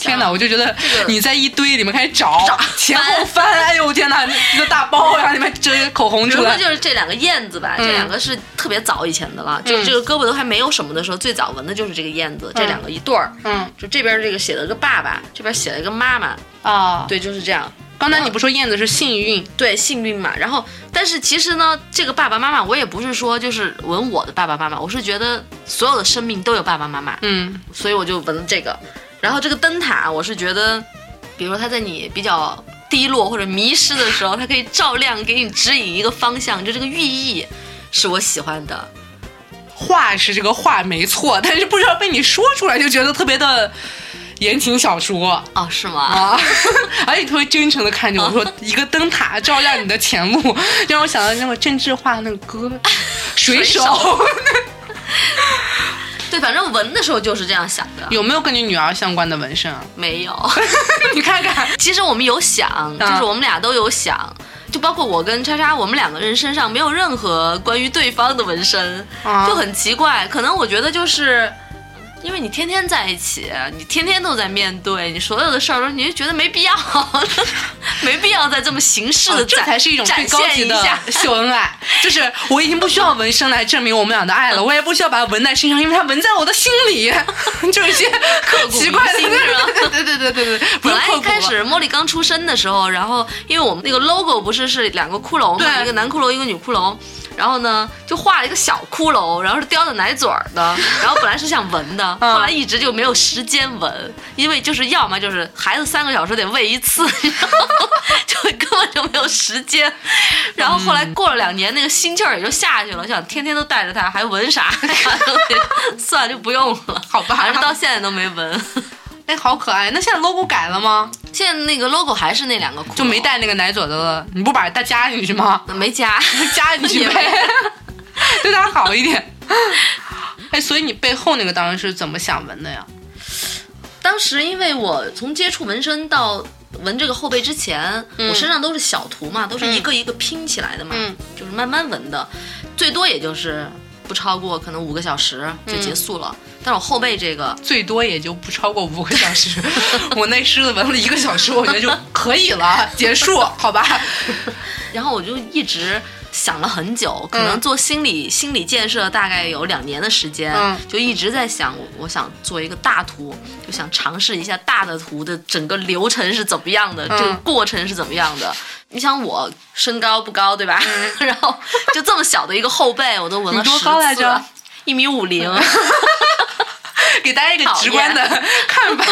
天哪，我就觉得
这个
你在一堆里面开始找，
找
前后翻，哎呦天哪，一个大包，然后里面遮一个口红
比
出
如说
来。
就是这两个燕子吧，
嗯
这两个是特别早以前的了，就
嗯
这个胳膊都还没有什么的时候，最早纹的就是这个燕子，这两个一对儿，
嗯
就这边这个写了个爸爸，这边写了一个妈妈，
啊，
对，就是这样，
刚才你不说燕子是幸运，
对，幸运嘛。然后，但是其实呢，这个爸爸妈妈我也不是说就是纹我的爸爸妈妈，我是觉得所有的生命都有爸爸妈妈，
嗯
所以我就纹了这个。然后这个灯塔，我是觉得，比如说它在你比较低落或者迷失的时候，它可以照亮，给你指引一个方向，就这个寓意是我喜欢的。
话是这个话没错，但是不知道被你说出来就觉得特别的言情小说
哦，是吗？
啊， 而且特别真诚的看着我说：“一个灯塔照亮你的前路。”让我想到那个郑智化那个歌《水手》
对，反正闻的时候就是这样想的。
有没有跟你女儿相关的纹身啊？
没有，
你看看，
其实我们有
啊
想，就是我们俩都有想，就包括我跟叉叉，我们两个人身上没有任何关于对方的纹身，
啊
就很奇怪。可能我觉得就是。因为你天天在一起，你天天都在面对，你所有的事儿都，你就觉得没必要， 没必要再这么形式的、
啊这才是一种最高级的
展现一下
秀恩爱。就是我已经不需要纹身来证明我们俩的爱了，我也不需要把它纹在身上，因为它纹在我的心里， 就是一些
刻骨
奇怪的，
铭心是吧
对对对对对对，不
本
用啊
来
刻
一
骨
开
吧
始茉莉刚出生的时候，然后因为我们那个 logo 不是是两个骷髅嘛，
对
一个男骷髅，一个女骷髅。然后呢，就画了一个小骷髅，然后是叼着奶嘴儿 的，然后本来是想纹的，
嗯
后来一直就没有时间纹，因为就是要么就是孩子三个小时得喂一 次，然后就根本就没有时间。然后后来过了两年，那个心气儿也就下去了，想天天都带着他，还纹啥 呀？算了，就不用了，
好吧
还是到现在都没纹。
哎，好可爱。那现在 logo 改了吗？
现在那个 logo 还是那两个骷髅，
就没带那个奶嘴的了？你不把它加进去吗？
没加，
加 进去呗， 对他好一点。 哎，所以你背后那个当时是怎么想纹的呀？
当时因为我从接触纹身到纹这个后背之前，我身上都是小图嘛，都是一个一个拼起来的嘛，
嗯
就是慢慢纹的，最多也就是不超过可能五个小时
嗯
就结束了。但是我后背这个，
最多也就不超过五个小时。 我那狮子纹了一个小时，我觉得就可以了，结束，好 吧？
然后我就一直。想了很
嗯
久，可能做心理、心理建设大概有两年的时间，
嗯
就一直在想，我我想做一个大图，就想尝试一下大的图的整个流程是怎么样的，
嗯
这个过程是怎么样的。你想我身高不高对吧？ 然后就这么小的一个后背，我都纹了
嗯你多
10
高来
次
着
了？一米五 零。
给大家一个直观的看法。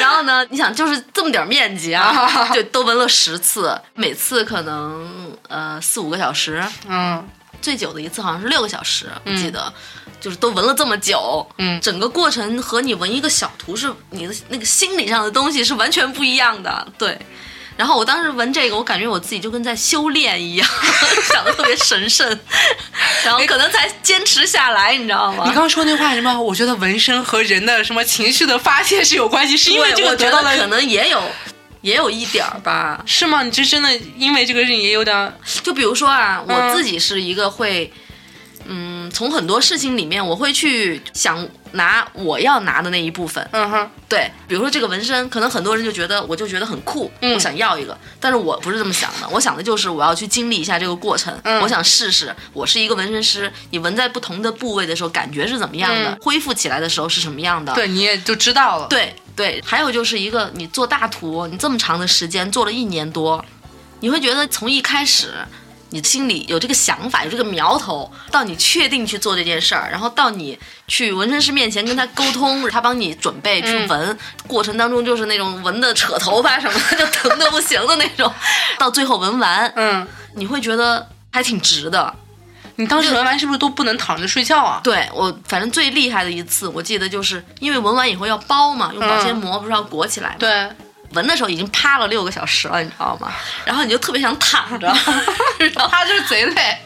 然后呢，你想就是这么点儿面积 啊，就都纹了十次，每次可能呃四五个小时。
嗯，
最久的一次好像是六个小时，我记得，就是都纹了这么久，
嗯
整个过程和你纹一个小图是你的那个心理上的东西是完全不一样的，对。然后我当时纹这个，我感觉我自己就跟在修炼一样， 想的特别神 圣，然后可能才坚持下来，你知道
你
吗
刚？刚说那话什么？我觉得纹身和人的什么情绪的发泄是有关系，是因为
对
这个
我觉
得
得
到
可
了。
能也有，也有一点儿吧。
是吗？你这真的因为这个事情也有点儿
就比如说啊，
嗯
我自己是一个会，嗯，从很多事情里面，我会去想拿我要拿的那一部分，
嗯哼，
对，比如说这个纹身，可能很多人就觉得，我就觉得很酷，
嗯
我想要一个。但是我不是这么想的，我想的就是我要去经历一下这个过程，
嗯
我想试试，我是一个纹身师，你纹在不同的部位的时候感觉是怎么样的，
嗯
恢复起来的时候是什么样的。
对，你也就知道了。
对对，还有就是一个你做大图，你这么长的时间做了一年多，你会觉得从一开始。你心里有这个想法，有这个苗头，到你确定去做这件事儿，然后到你去纹身师面前跟他沟通，他帮你准备去纹，过程当中就是那种纹的扯头发什么的，就疼的不行的那种， 到最后纹完，
嗯，
你会觉得还挺值的，
你当时纹完是不是都不能躺着睡觉啊？
对我，反正最厉害的一次，我记得就是因为纹完以后要包嘛，用保鲜膜不是要裹起来嘛，
对，
纹的时候已经趴了六个小时了，你知道吗？然后你就特别想 躺着，然后
他就是贼累。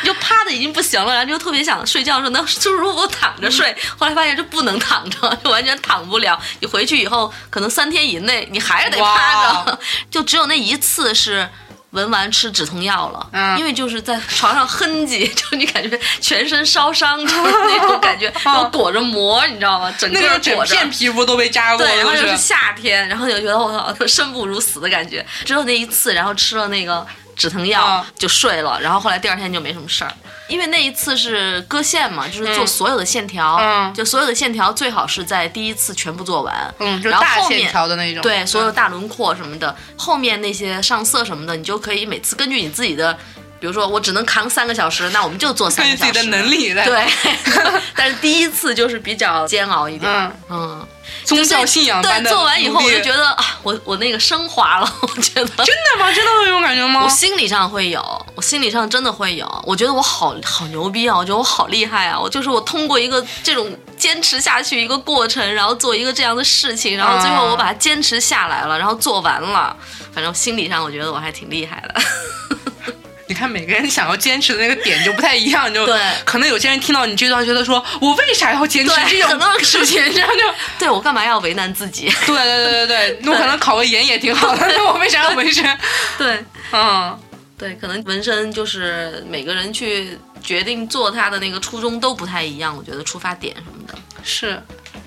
你就趴的已经不行了，然后就特别想睡觉的时候能舒舒服服躺着
嗯
睡。后来发现这不能躺着，就完全躺不了。你回去以后，可能三天以内你还是得趴
哇
着， 就只有那一次是。纹完吃止痛药了，
嗯
因为就是在床上哼唧，就你感觉全身烧伤，就是那种 感觉，然后裹着膜，你知道吗？整个
哦那个整
裹着
片皮肤都被扎过
对，
了，
然后
都
又是
嗯是。
夏天，然后就觉得我靠，生不如死的感觉。只有那一次，然后吃了那个止疼药、
啊
就睡了，然后后来第二天就没什么事儿。因为那一次是割线嘛，就是做
嗯
所有的线条，
嗯
就所有的线条最好是在第一次全部做完，
嗯，就
然后
大
后
线
面
条的那种。嗯
对，所有大轮廓什么的，后面那些上色什么的，你就可以每次根据你自己的，比如说我只能扛三个小时，那我们就做三
根
个小
据
时。
自 己的能力来。，
对，但是第一次就是比较煎熬一点。
嗯，
嗯，
宗教信仰般
对，
的
做完以后
努
我
力
就觉得啊，我我那个升华了， 我觉得
真的吗？真的会有这种感觉吗
我？心理上会有，我心理上真的会有。我觉得我好好牛逼啊！我觉得我好厉害啊！我就是我通过一个这种坚持下去一个过程，然后做一个这样的事情，然后最
啊
后我把它坚持下来了，然后做完了。反正心理上我觉得我还挺厉害的。
你看每个人想要坚持的那个点就不太一样，就
对
可能有些人听到你这段觉得说，我为啥要坚持这
可
种
能
事情？这样 就
对我干嘛要为难自己？
对对对对对，我可能考个研也挺好的， 那我为啥要纹身？
对
嗯，
对，可能纹身就是每个人去决定做它的那个初衷都不太一样，我觉得出发点什么的。
是。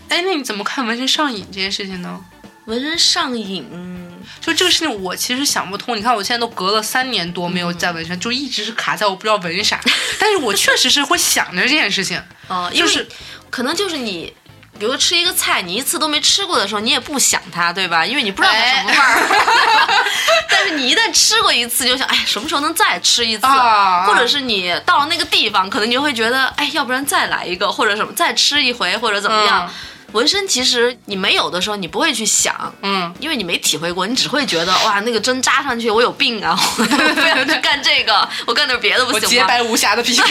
哎，那你怎么看纹身上瘾这件事情呢？
纹身上瘾，嗯
就这个事情，我其实想不通。你看，我现在都隔了三年多没有再纹身，就一直是卡在我不知道纹啥。但是我确实是会想着这件事情，
哦，因
就
为
是
可能就是你，比如吃一个菜，你一次都没吃过的时候，你也不想它，对吧？因为你不知道它什么味儿。 但是你一旦吃过一次，就想，哎，什么时候能再吃一次？
啊
或者是你到了那个地方，可能你就会觉得，哎，要不然再来一个，或者什么，再吃一回，或者怎么样。
嗯
纹身其实你没有的时候，你不会去想，
嗯，
因为你没体会过，你只会觉得哇，那个针扎上去，我有病啊！ 我不要去干这个，我干点别的不
我
行吗？
洁白无瑕的皮 肤，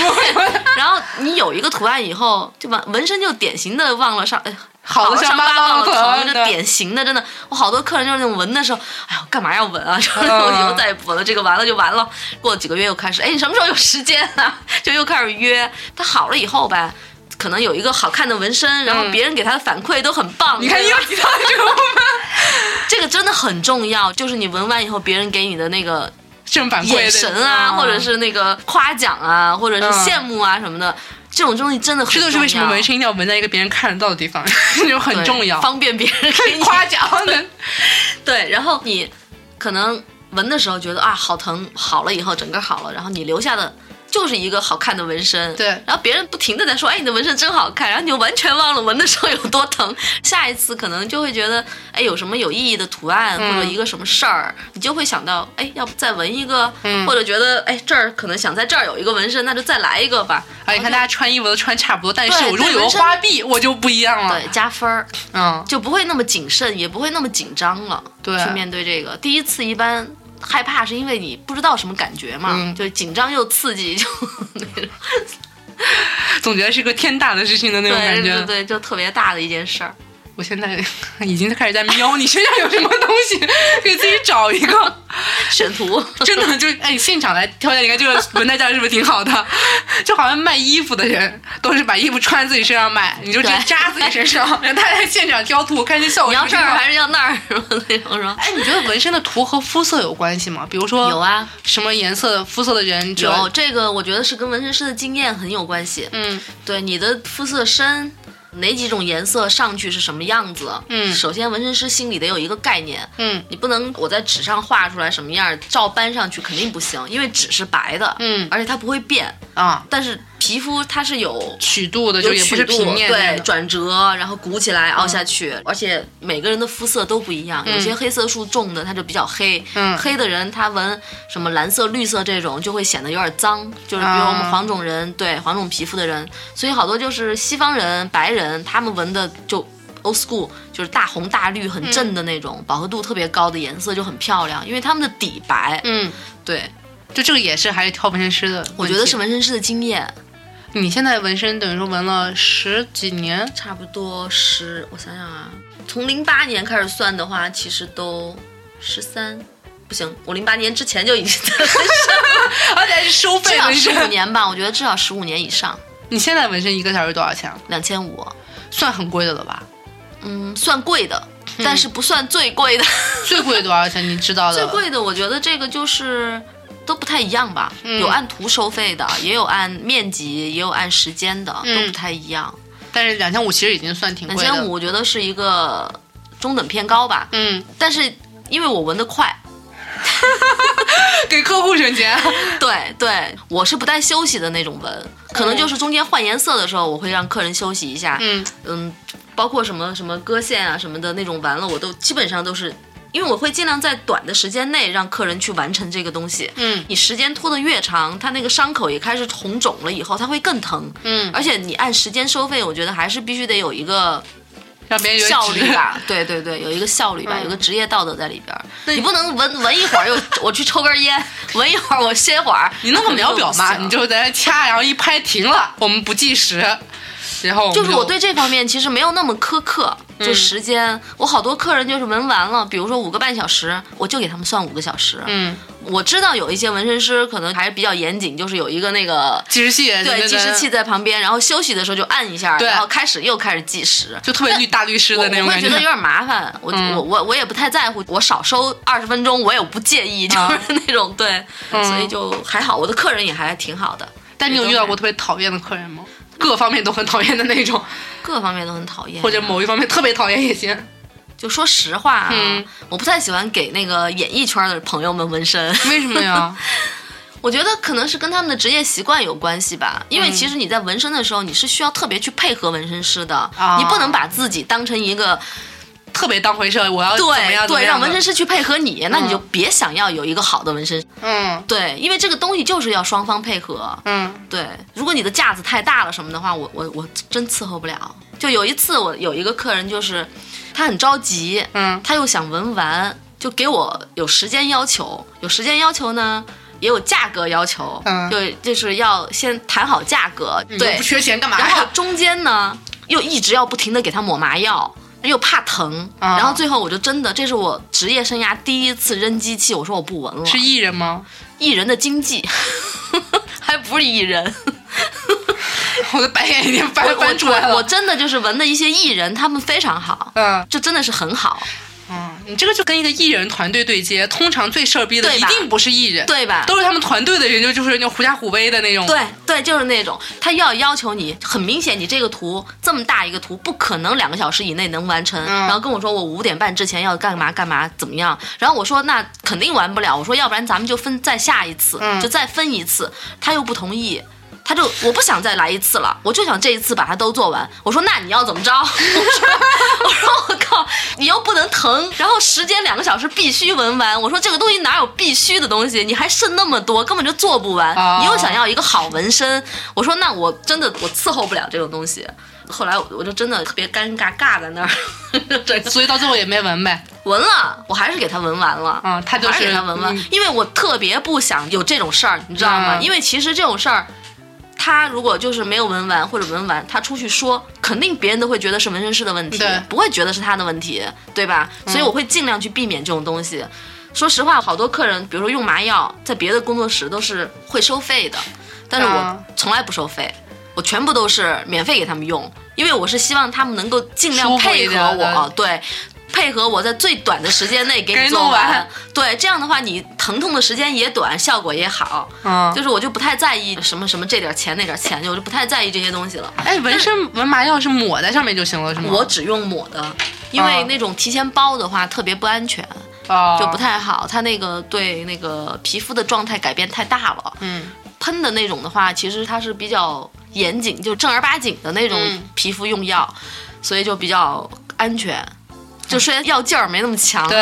然后你有一个图案以后，就把纹身就典型的忘了上，哎，
好
的
的
伤
伤
疤
疤
忘
忘
了
了
疼，
疼
这典型的真的，我好多客人就是那种纹的时候，哎呦，干嘛要纹啊？
嗯
就是 我以后再也不纹了，这个完了就完了。过了几个月又开始，哎，你什么时候有时间啊？就又开始约。他好了以后呗，可能有一个好看的纹身，然后
嗯
别人给他的反馈都很棒。
你看
对
又
吧
提到这个部分，
这个真的很重要，就是你纹完以后，别人给你的那个
正反馈的
眼神啊，或者是那个夸奖啊，或者是
嗯
羡慕啊什么的，这种东西真的很
这
重要。
就是为什么纹身一定要纹在一个别人看得到的地方， 这就很
对
重要。
方便别人给你
夸奖的，
对，然后你可能纹的时候觉得啊好疼，好了以后整个好了，然后你留下的。就是一个好看的纹身，
对
然后别人不停的在说，哎，你的纹身真好看，然后你就完全忘了纹的时候有多疼。下一次可能就会觉得，哎，有什么有意义的图案
嗯
或者一个什么事儿，你就会想到，哎，要不再纹一个，
嗯
或者觉得，哎，这儿可能想在这儿有一个纹身，那就再来一个吧。
哎，你看大家穿衣服都穿差不多，但是
对
我如果
对
有个
纹身
花臂，我就不一样了。
对，加分儿。
嗯，
就不会那么谨慎，也不会那么紧张了。
对
去面对这个，第一次一般害怕是因为你不知道什么感觉嘛，
嗯
就紧张又刺激，就那种
总觉得是个天大的事情的那种
对
感
对对
觉。
对，就特别大的一件事儿。
我现在 已经开始在瞄你身上有什么东西， 给自己找一个。
选 图，
真的就哎，现场来挑选，你看这个纹在这儿是不是挺好的？ 就好像卖衣服的人都是把衣服穿自己身上卖，你就直接
对
扎自己 身上，然后他在现场挑图，看这效果
你
是
要
不
这
是挺
儿
好。
还是要那儿什么那种 是吧？
哎，你觉得纹身的图和肤色有关系吗？比如说
有啊，
什么颜色的肤色的人之类的
有这个，我觉得是跟纹身师的经验很有关系。
啊嗯
对你的肤色深，哪几种颜色上去是什么样子？
嗯
首先纹身师心里得有一个概念，
嗯
你不能我在纸上画出来什么样儿，照搬上去肯定不行，因为纸是白的，
嗯
而且它不会变，
啊，
但是皮肤它是有。
曲度的
有
就也不
曲
是
度，
平面嗯
对
的，
转折，然后鼓起来，凹下去，而且每个人的肤色都不一样，有些黑色素重的他就比较黑，
嗯
黑的人他纹什么蓝色、绿色这种就会显得有点脏，就是比如
啊
我们黄种人，对黄种皮肤的人，所以好多就是西方人、白人他们纹的就 old school，就是大红大绿很正的那种，
嗯
饱和度特别高的颜色就很漂亮，因为他们的底白，
嗯，
对
就这个也是还是挑纹身师的问题。
我觉得是纹身师的经验。
你现在纹身等于说纹了十几 年，
差不多十，我想想啊，从零八年开始算的话，其实都十三，不行，我零八年之前就已经在
而且还是收
至
费
少
纹
十五
身。
年吧，我觉得至少十五年以上，
你现在纹身一个小时多少钱？啊
两千五，
算很贵的了吧？
嗯，算贵的，
嗯
但是不算最贵 的，
最贵多少钱？你知道的？
最贵的我觉得这个就是。都不太一样吧，
嗯
有按图收费的，也有按面积，也有按时间的，
嗯
都不太一样。
但是两千五其实已经算挺
两
贵的。
千五，我觉得是一个中等偏高吧，
嗯，
但是因为我纹的快，
给客户省钱。啊
对对，我是不带休息的那种纹，可能就是中间换颜色的时候，我会让客人休息一下。
嗯
嗯，包括什么什么割线啊什么的那种完了，我都基本上都是，因为我会尽量在短的时间内让客人去完成这个东西。
嗯
你时间拖得越长，它那个伤口也开始红肿了，以后它会更疼。
嗯
而且你按时间收费，我觉得还是必须得有一个
让别人有
效率
吧。
吧，对对对，有一个效率吧，有个职业道德在里边儿。
嗯那
你不能闻闻一会儿又我去抽根烟，闻一会儿我歇会儿，
你弄个秒表
那
嘛，你
肯定
就在那掐，然后一拍停了，我们不计时，然后
不行就
们
是我对这方面其实没有那么苛刻，就
嗯
时间，我好多客人就是闻完了，比如说五个半小时，我就给他们算五个小时。
嗯
我知道有一些纹身师可能还是比较严谨，就是有一个那个。
计时器，
对，
那
计时器，在旁边，然后休息的时候就按一下，
对
然后开始又开始计时，
就特别律大律师
我
的那种
我会
感
觉得有点麻烦，我、
嗯
我我我也不太在乎，我少收二十分钟我也不介意，就
啊
是那种、对，所以就还好，我的客人也还挺好的，
但你有遇到过特别讨厌的客人吗？各方面都很讨厌的那种，
各方面都很讨厌，
或者某一方面特别讨厌也行。
就说实话啊，
嗯
我不太喜欢给那个演艺圈的朋友们纹身，
为什么呀？
我觉得可能是跟他们的职业习惯有关系吧，因为其实你在纹身的时候，你是需要特别去配合纹身师的，
啊
你不能把自己当成一个
特别当回事，我要怎么
对
样？
对，让纹身
师
师去配合你，那你就别想要有一个好的纹身师，
嗯
对，因为这个东西就是要双方配合。
嗯
对，如果你的架子太大了什么的话，我我我真伺候不了。就有一次，我有一个客人，就是他很着急，
嗯
他又想纹完，就给我有时间要求，有时间要求呢，也有价格要求，
嗯
就就是要先谈好价格，
你又
对
不，缺钱干 嘛
然后
呀？
中间呢又一直要不停的给他抹麻药。又怕疼，
啊
然后最后我就真的，这是我职业生涯第一次扔机器，我说我不纹了。
是艺人吗？
艺人的经济， 还不是艺 人。
我的白眼已经
我
翻翻出来
我我
了。
真的就是闻的一些艺人，他们非常好，
嗯
就真的是很好，
嗯，你这个就跟一个艺人团队对接，通常最事儿逼的
对
一
吧
定不是艺人，
对吧？
都是他们团队的人，就就是那种狐假虎威的那种。
对对，就是那种他要要求你，很明显你这个图这么大一个图，不可能两个小时以内能完成。
嗯
然后跟我说我五点半之前要干嘛干嘛怎么样，然后我说那肯定完不了，我说要不然咱们就分再下一次，
嗯
就再分一次，他又不同意。他就我不想再来一次了，我就想这一次把它都做完。我说那你要怎么着？ 我说我说我靠，你又不能疼，然后时间两个小时必须纹完。我说这个东西哪有必须的东西？你还剩那么多，根本就做不完。
哦
你又想要一个好纹身，我说那我真的我伺候不了这种东西。后来我我就真的特别尴尬，尬在那儿， 整个
所以到最后也没纹呗。
纹了，我还是给他纹完了。
啊，他就
我还
是
给他纹完
嗯，
因为我特别不想有这种事儿，你知道吗？
嗯
因为其实这种事儿，他如果就是没有纹完或者纹完，他出去说，肯定别人都会觉得是纹身师的问题
对，嗯
不会觉得是他的问题，对吧？所以我会尽量去避免这种东西。说实话，好多客人，比如说用麻药，在别的工作室都是会收费的，但是我
嗯
从来不收费，我全部都是免费给他们用，因为我是希望他们能够尽量
舒服一
配合
点
我，对，配合我在最短的时间内给
给
你
你
做
弄完
对，这样的话你疼痛的时间也短，效果也好。
嗯，
就是我就不太在意什么什么这点钱那点钱，我就不太在意这些东西了。
哎，纹身纹麻药是抹在上面就行了，是吗？
我只用抹的，因为
啊
那种提前包的话特别不安全，
啊
就不太好，它那个对那个皮肤的状态改变太大了。
嗯
喷的那种的话，其实它是比较严谨，就正儿八经的那种
嗯
皮肤用药，所以就比较安全。就虽然药劲儿没那么强、啊，
对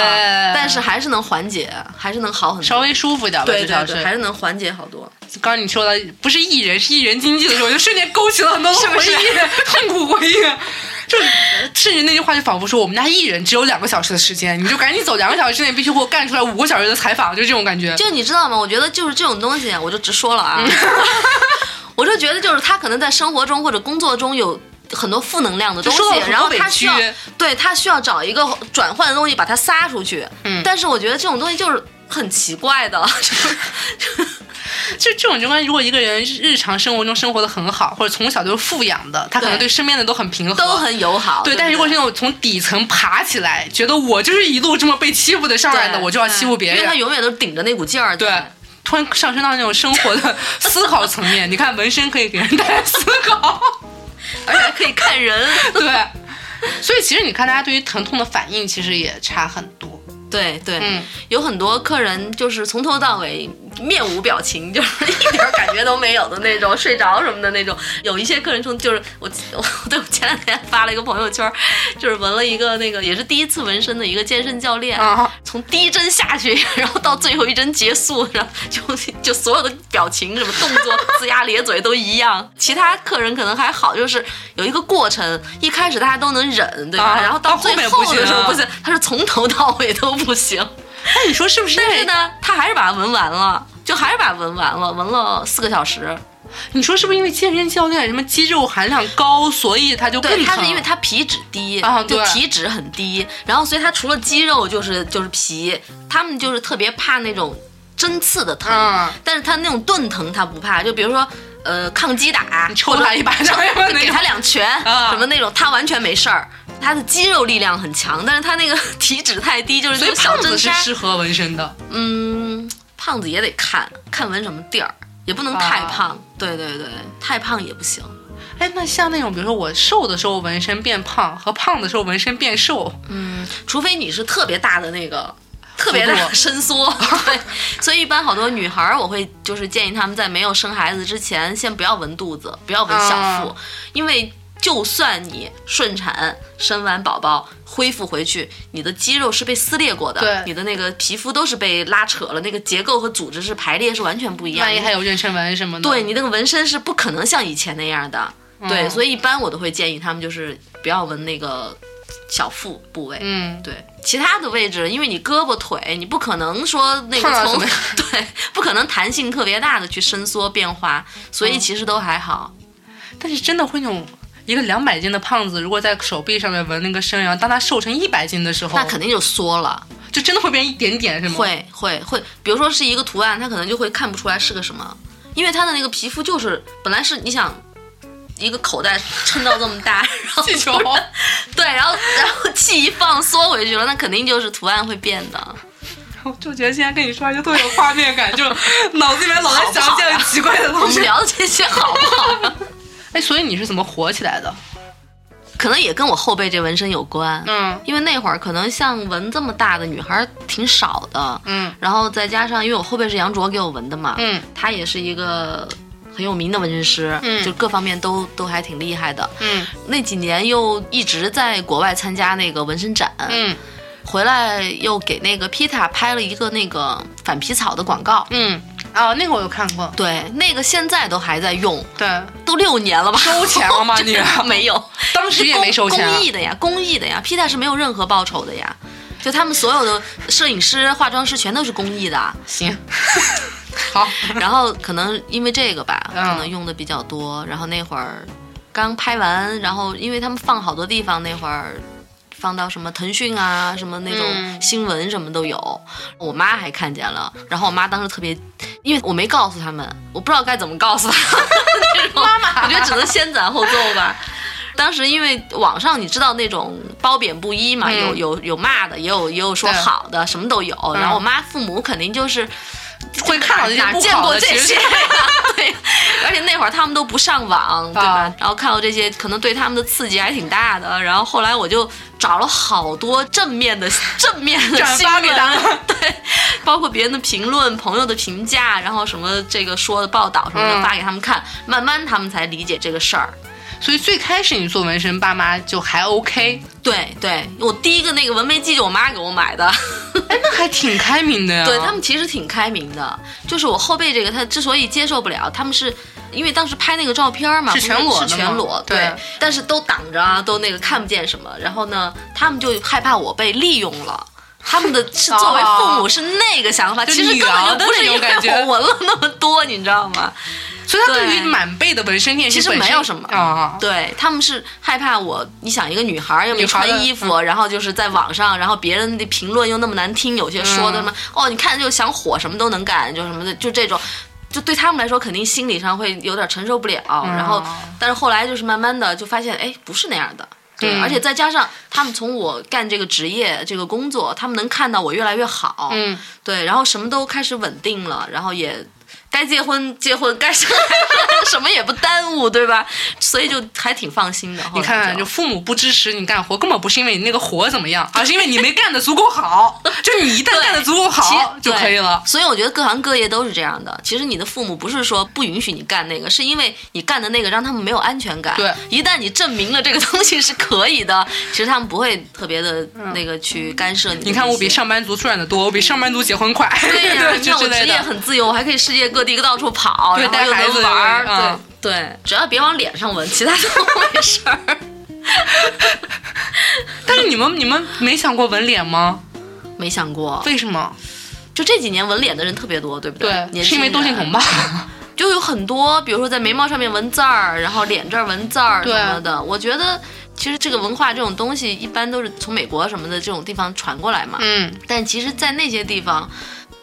但是还是能缓解，还是能好很多。
稍微舒服一点吧，
对
至少
对
是。
对，还是能缓解好多。
刚刚你说的不是艺人，是艺人经济的时候，我就瞬间勾起了很多
是不
回
是
忆，痛苦回忆。就甚至那句话就仿佛说，我们家艺人只有两个小时的时间，你就赶紧走，两个小时之内必须给我干出来五个小时的采访，就这种感觉。
就你知道吗？我觉得就是这种东西，我就直说了
嗯
啊， 我就觉得就是他可能在生活中或者工作中有很多负能量的东
就受
西
到，很
然后
多
他
委屈
需要对他需要找一个转换的东西把它撒出去。
嗯
但是我觉得这种东西就是很奇怪的，
就这种情况，如果一个人日常生活中生活的很好，或者从小就是富养的，他可能
对
对身边的都很平和，
都很友好。
对，
不
但如果是那种从底层爬起来，觉得我就是一路这么被欺负的上来的，
对嗯
我就要欺负别
因为他
人，
永远都顶着那股劲儿。
对。突然上升到那种生活 的思考层面，你看纹身可以给人带来思考，
而且还可以看人。
对，所以其实你看大家对于疼痛的反应其实也差很多，
对对，
嗯
有很多客人就是从头到尾面无表情， 就是一点感觉都没有的那种，睡着什么的那种。有一些个人说，就是我我对我前两天发了一个朋友圈，就是纹了一个那个也是第一次纹身的一个健身教练，
啊，
从第一针下去， 然后到最后一针结束，然后就就所有的表情、什么动作、龇牙咧嘴都一样。其他客人可能还好，就是有一个过程，一开始大家都能忍，对吧？
啊
然后
到后
最
面
后
不行啊
的时候
了
不行，他是从头到尾都不行。
那你说是不是？
但是呢，他还是把它纹完了，就还是把它纹完了，纹了四个小时。
哦你说是不是因为健身教练什么肌肉含量高，所以他就更
对，
疼
他是因为他皮脂低，
啊
就
对
体脂很低，然后所以他除了肌肉就是就是皮，他们就是特别怕那种针刺的疼，
嗯
但是他那种钝疼他不怕，就比如说。呃，抗击打，
你 抽他一巴掌
或者
那
给
种
他两拳，
啊
什么那种，他完全没事儿。他的肌肉力量很强，但是他那个体脂太低，就是那
所以
种小
胖
针
子是
衫。
适合纹身的。
嗯，胖子也得看看纹什么地儿，也
啊
不能太胖。对对对，太胖也不行。
哎，那像那种比如说我瘦的时候纹身变胖，和胖的时候纹身变瘦，
嗯，除非你是特别大的那个。特别大
幅
的
度
伸缩，对，所以一般好多女孩儿，我会就是建议她们在没有生孩子之前，先不要纹肚子，不要纹小腹，
啊
因为就算你顺产生完宝宝恢复回去，你的肌肉是被撕裂过的
对，
你的那个皮肤都是被拉扯了，那个结构和组织是排列是完全不一样的。
万一还有妊娠纹什么的。
对，你那个纹身是不可能像以前那样的。对，
嗯
所以一般我都会建议他们就是不要纹那个小腹部位。
嗯，
对，其他的位置，因为你胳膊腿，你不可能说那
碰
个
到
从
什
对，不可能弹性特别大的去伸缩变化，所
嗯
以其实都还好。
但是真的会那种。一个两百斤的胖子，如果在手臂上面纹那个身，然后当他瘦成一百斤的时候，
那肯定就缩了，
就真的会变一点点，是吗？。
会会会，比如说是一个图案，它可能就会看不出来是个什么，因为它的那个皮肤就是本来是你想一个口袋撑到这么大，然后
气球，
对，然后然后气一放缩回去了，那肯定就是图案会变 的。
我就觉得现在跟你说话就特别有画面感，就脑子里面老在想这样奇怪的
我
东西
们。聊的这些好不好？
哎，所以你是怎么火起来的？
可能也跟我后背这纹身有关，
嗯
因为那会儿可能像纹这么大的女孩儿挺少的，
嗯
然后再加上因为我后背是杨卓给我纹的嘛，
嗯
他也是一个很有名的纹身师，
嗯
就各方面都都还挺厉害的。
嗯
那几年又一直在国外参加那个纹身展，
嗯
回来又给那个 Pita 拍了一个那个反皮草的广告，
嗯，
哦
啊，那个我有看过，
对，那个现在都还在用，
对，
都六年了吧？
收钱了吗你
没有，
当时也没收钱啊
公。益的呀，公益的呀，P 大是没有任何报酬的呀。就他们所有的摄影师、化妆师全都是公益的，啊
行，好，
然后可能因为这个吧，
嗯
可能用的比较多。然后那会儿刚拍完，然后因为他们放好多地方，那会儿放到什么腾讯啊，什么那种
嗯
新闻什么都有。我妈还看见了，然后我妈当时特别，因为我没告诉他们，我不知道该怎么告 诉他们。妈妈，我觉得只能先斩后奏吧。当时因为网上你知道那种褒贬不一嘛，
嗯
有有有骂的，也有也有说
对嗯
好的，什么都有。然后我妈父母肯定就是
会看到这些
哪
不
见
好
过
的
这
其实
些
是
哎呀、对，而且那会儿他们都不上网，对吧？
啊
然后看到这些，可能对他们的刺激还挺大的。然后后来我就找了好多正面的正面的
转
新
发
闻，
给他们
对，包括别人的评论、朋友的评价，然后什么这个说的报道什么的
嗯
发给他们看，慢慢他们才理解这个事儿。
所以最开始你做纹身，爸妈就还 OK，
对对，我第一个那个纹眉机就我妈给我买的，
哎，那还挺开明的呀。
对他们其实挺开明的，就是我后背这个，他之所以接受不了，他们是因为当时拍那个照片嘛，
是
不
全裸的
是全
吗
裸，对，
对
但是都挡着啊，都那个看不见什么。然后呢，他们就害怕我被利用 了。他们的是
哦
作为父母是那个想法，
就
其实
女
根本
儿
就
的
不是
那
因
种感觉
为我纹了那么多，你知道吗？
所以他对于
对
满背的纹身这件事
其实
本身
没有什么
啊。
对他们是害怕我，你想一个女孩儿又没
女孩
穿
儿的嗯
衣服，然后就是在网上，然后别人的评论又那么难听，有些说的嘛，
嗯
哦，你看就想火，什么都能干，就什么的，就这种。就对他们来说，肯定心理上会有点承受不了。
嗯
然后，但是后来就是慢慢的就发现，哎，不是那样的。对，
嗯
而且再加上他们从我干这个职业、这个工作，他们能看到我越来越好。
嗯，
对，然后什么都开始稳定了，然后也该结婚结婚，该生孩子 什么也不耽误，对吧？所以就还挺放心的。后
你
来
看看，就父母不支持你干活，根本不是因为你那个活怎么样，而是因为 你没干的足 够好。就你一旦干的足够
其
好就可以了。
对所以我觉得各行各业都是这样的。其实你的父母不是说不允许你干那个，是因为你干的那个让他们没有安全感。
对
一旦你证明了这个东西是可以的，其实他们不会特别的那个去干涉你的这些。
嗯你看，我比上班族赚的多，我比上班族结婚快，
对 呀、你
就
看我
之
职
类
业
的。
很自由，我还可以世界各地到处跑，
对
然后又
带孩子
能玩儿，
又嗯
对对，只要别往脸上纹，其他 都没事儿。
但是你们你们没想过纹脸吗？
没想过，
为什么？
就这几年纹脸的人特别多，对不
对，
年
是因为
轻
多
人
性同吧？
就有很多，比如说在眉毛上面纹字儿，然后脸这儿纹字儿
对
什么的。我觉得其实这个文化这种东西，一般都是从美国什么的这种地方传过来嘛。
嗯，
但其实，在那些地方，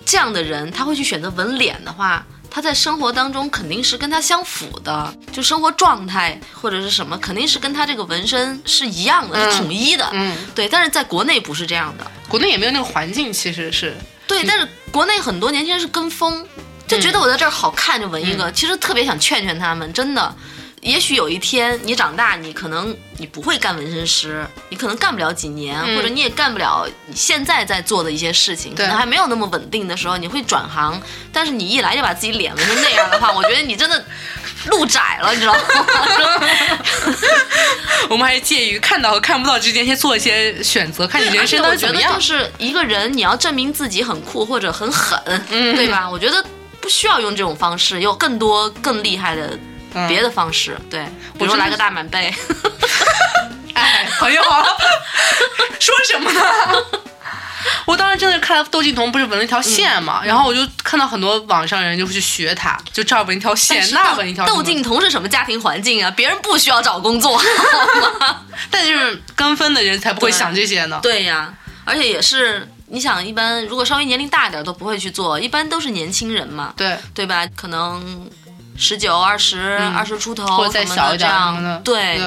这样的人他会去选择纹脸的话，他在生活当中肯定是跟他相符的，就生活状态或者是什么，肯定是跟他这个纹身是一样的，
嗯
是统一的。
嗯，
对，但是在国内不是这样的。
国内也没有那个环境，其实是嗯
对，但是国内很多年轻人是跟风，就觉得我在这儿好看就纹一个。其实特别想劝劝他们，真的，也许有一天你长大，你可能你不会干纹身师，你可能干不了几年，
嗯
或者你也干不了你现在在做的一些事情，可
对
能还没有那么稳定的时候，你会转行。但是你一来就把自己脸纹成那样的话，我觉得你真的路窄了，你知道吗？
我们还是介于看到和看不到之间，先做一些选择，看你人生到
我
底
觉
怎
得
么样
就。是一个人，你要证明自己很酷或者很狠，
嗯
对吧？我觉得不需要用这种方式，有更多更厉害的
嗯
别的方式。对，比如
真的
来个大满背，
哎，朋友，说什么呢？我当时真的看到窦靖童不是纹了一条线
嗯
嘛，然后我就看到很多网上人就会去学他，就这儿纹一条 线，那纹一条。
窦靖，童是什么家庭环境啊？别人不需要找工作。
但就是跟风的人才不会
对
想这些呢。
对呀，而且也是，你想，一般如果稍微年龄大一点都不会去做，一般都是年轻人嘛，
对，
对吧？可能。十九、二十、二十出头，
嗯或者再小一
这
点嗯什么
样
的，
对，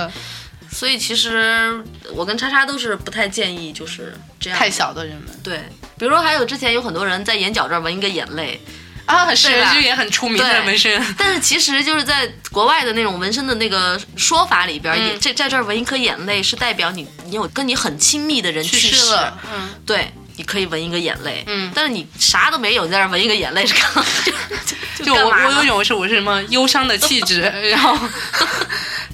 所以其实我跟叉叉都是不太建议就是这样
太小的人们
对。比如说，还有之前有很多人在眼角这儿纹一个眼泪，
啊，是
对吧
就也很出名
对
的纹身。
但是其实就是在国外的那种纹身的那个说法里边，
嗯
也这在这儿纹一颗眼泪是代表你你有跟你很亲密的人去
去世
世
了，嗯，
对，你可以纹一个眼泪，
嗯
但是你啥都没有，你在这儿纹一个眼泪是干嘛？就
就
干
我
嘛呢
我有一种是我是什么忧伤的气质， 然后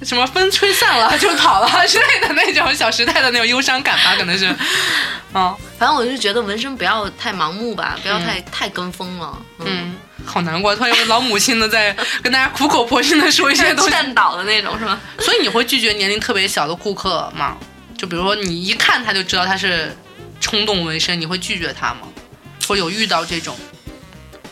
什么风吹散了 就跑了之类的那种《小时代》的那种忧伤感吧，可能是， 啊，
反正我就觉得纹身不要太盲目吧，不要太、太跟风了，嗯，
嗯，好难过，突然有老母亲的在跟大家苦口婆心的说一些东西，
站倒的那种是吧？
所以你会拒绝年龄特别小的顾客吗？就比如说你一看他就知道他是冲动纹身，你会拒绝他吗？或有遇到这种？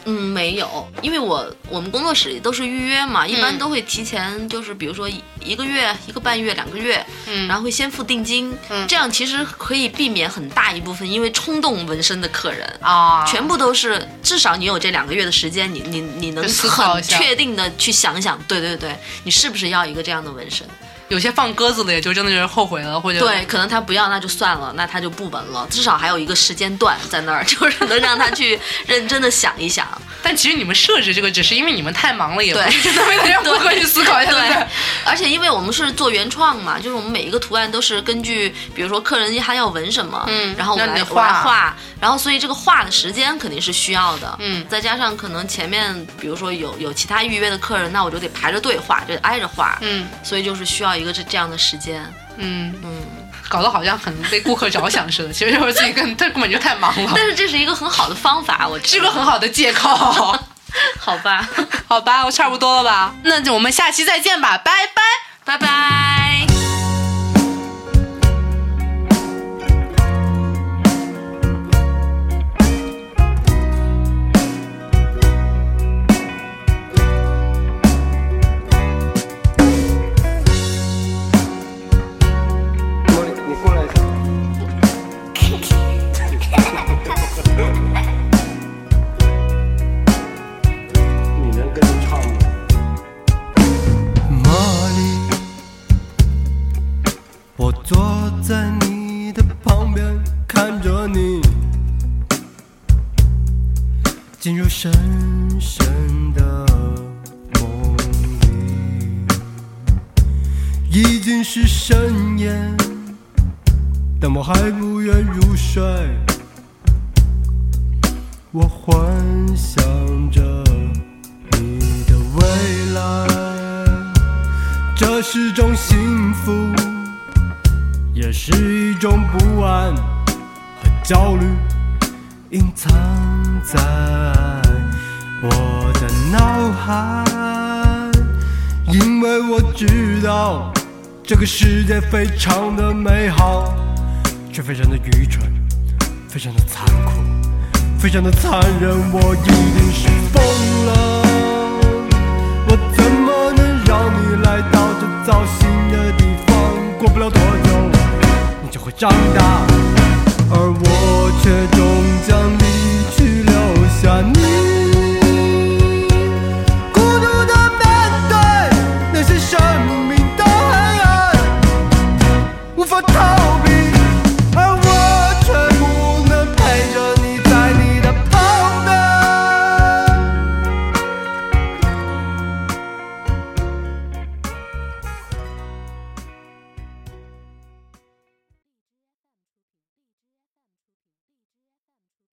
嗯，没有，因为我我们工作室都是预约嘛，一
嗯
般都会提前，就是比如说一一个月、一个半月、两个月，
嗯
然后会先付定金，
嗯
这样其实可以避免很大一部分因为冲动纹身的客人。
啊，
全部都是，至少你有这两个月的时间，你你你能
去思考
很
一下
确定的去想想，对对对，你是不是要一个这样的纹身？
有些放鸽子的，也就真的就是后悔了，或者
对，可能他不要，那就算了，那他就不纹了，至少还有一个时间段在那儿， 就是能让他去认真的想一想。
但其实你们设置这个，只是因为你们太忙了，也不
对
是真的为了让顾客去 思考一下，对不对？
而且因为我们是做原创嘛，就是我们每一个图案都是根据，比如说客人他要纹什么，
嗯
然后我
那
来
你得
我来
画
画，然后所以这个画的时间肯定是需要的，
嗯
再加上可能前面比如说有有其他预约的客人，那我就得排着队画，就得挨着画，
嗯
所以就是需要一个这这样的时间，
嗯，
嗯，
搞得好像很为顾客着想似的，其实就是自己根他根本就太忙了，
但是这是一个很好的方法，我
是
这
个很好的借口。
好吧，
好吧，我差不多了吧？那就我们下期再见吧，拜拜。
拜拜。
过来，你过来一下。 你能跟着唱吗？
茉莉，进入深深的梦里，已经是深夜，但我还不愿入睡。我幻想着你的未来，这是种幸福，也是一种不安和焦虑。隐藏在我的脑海，因为我知道这个世界非常的美好，却非常的愚蠢，非常的残酷，非常的残忍，我一定是疯了。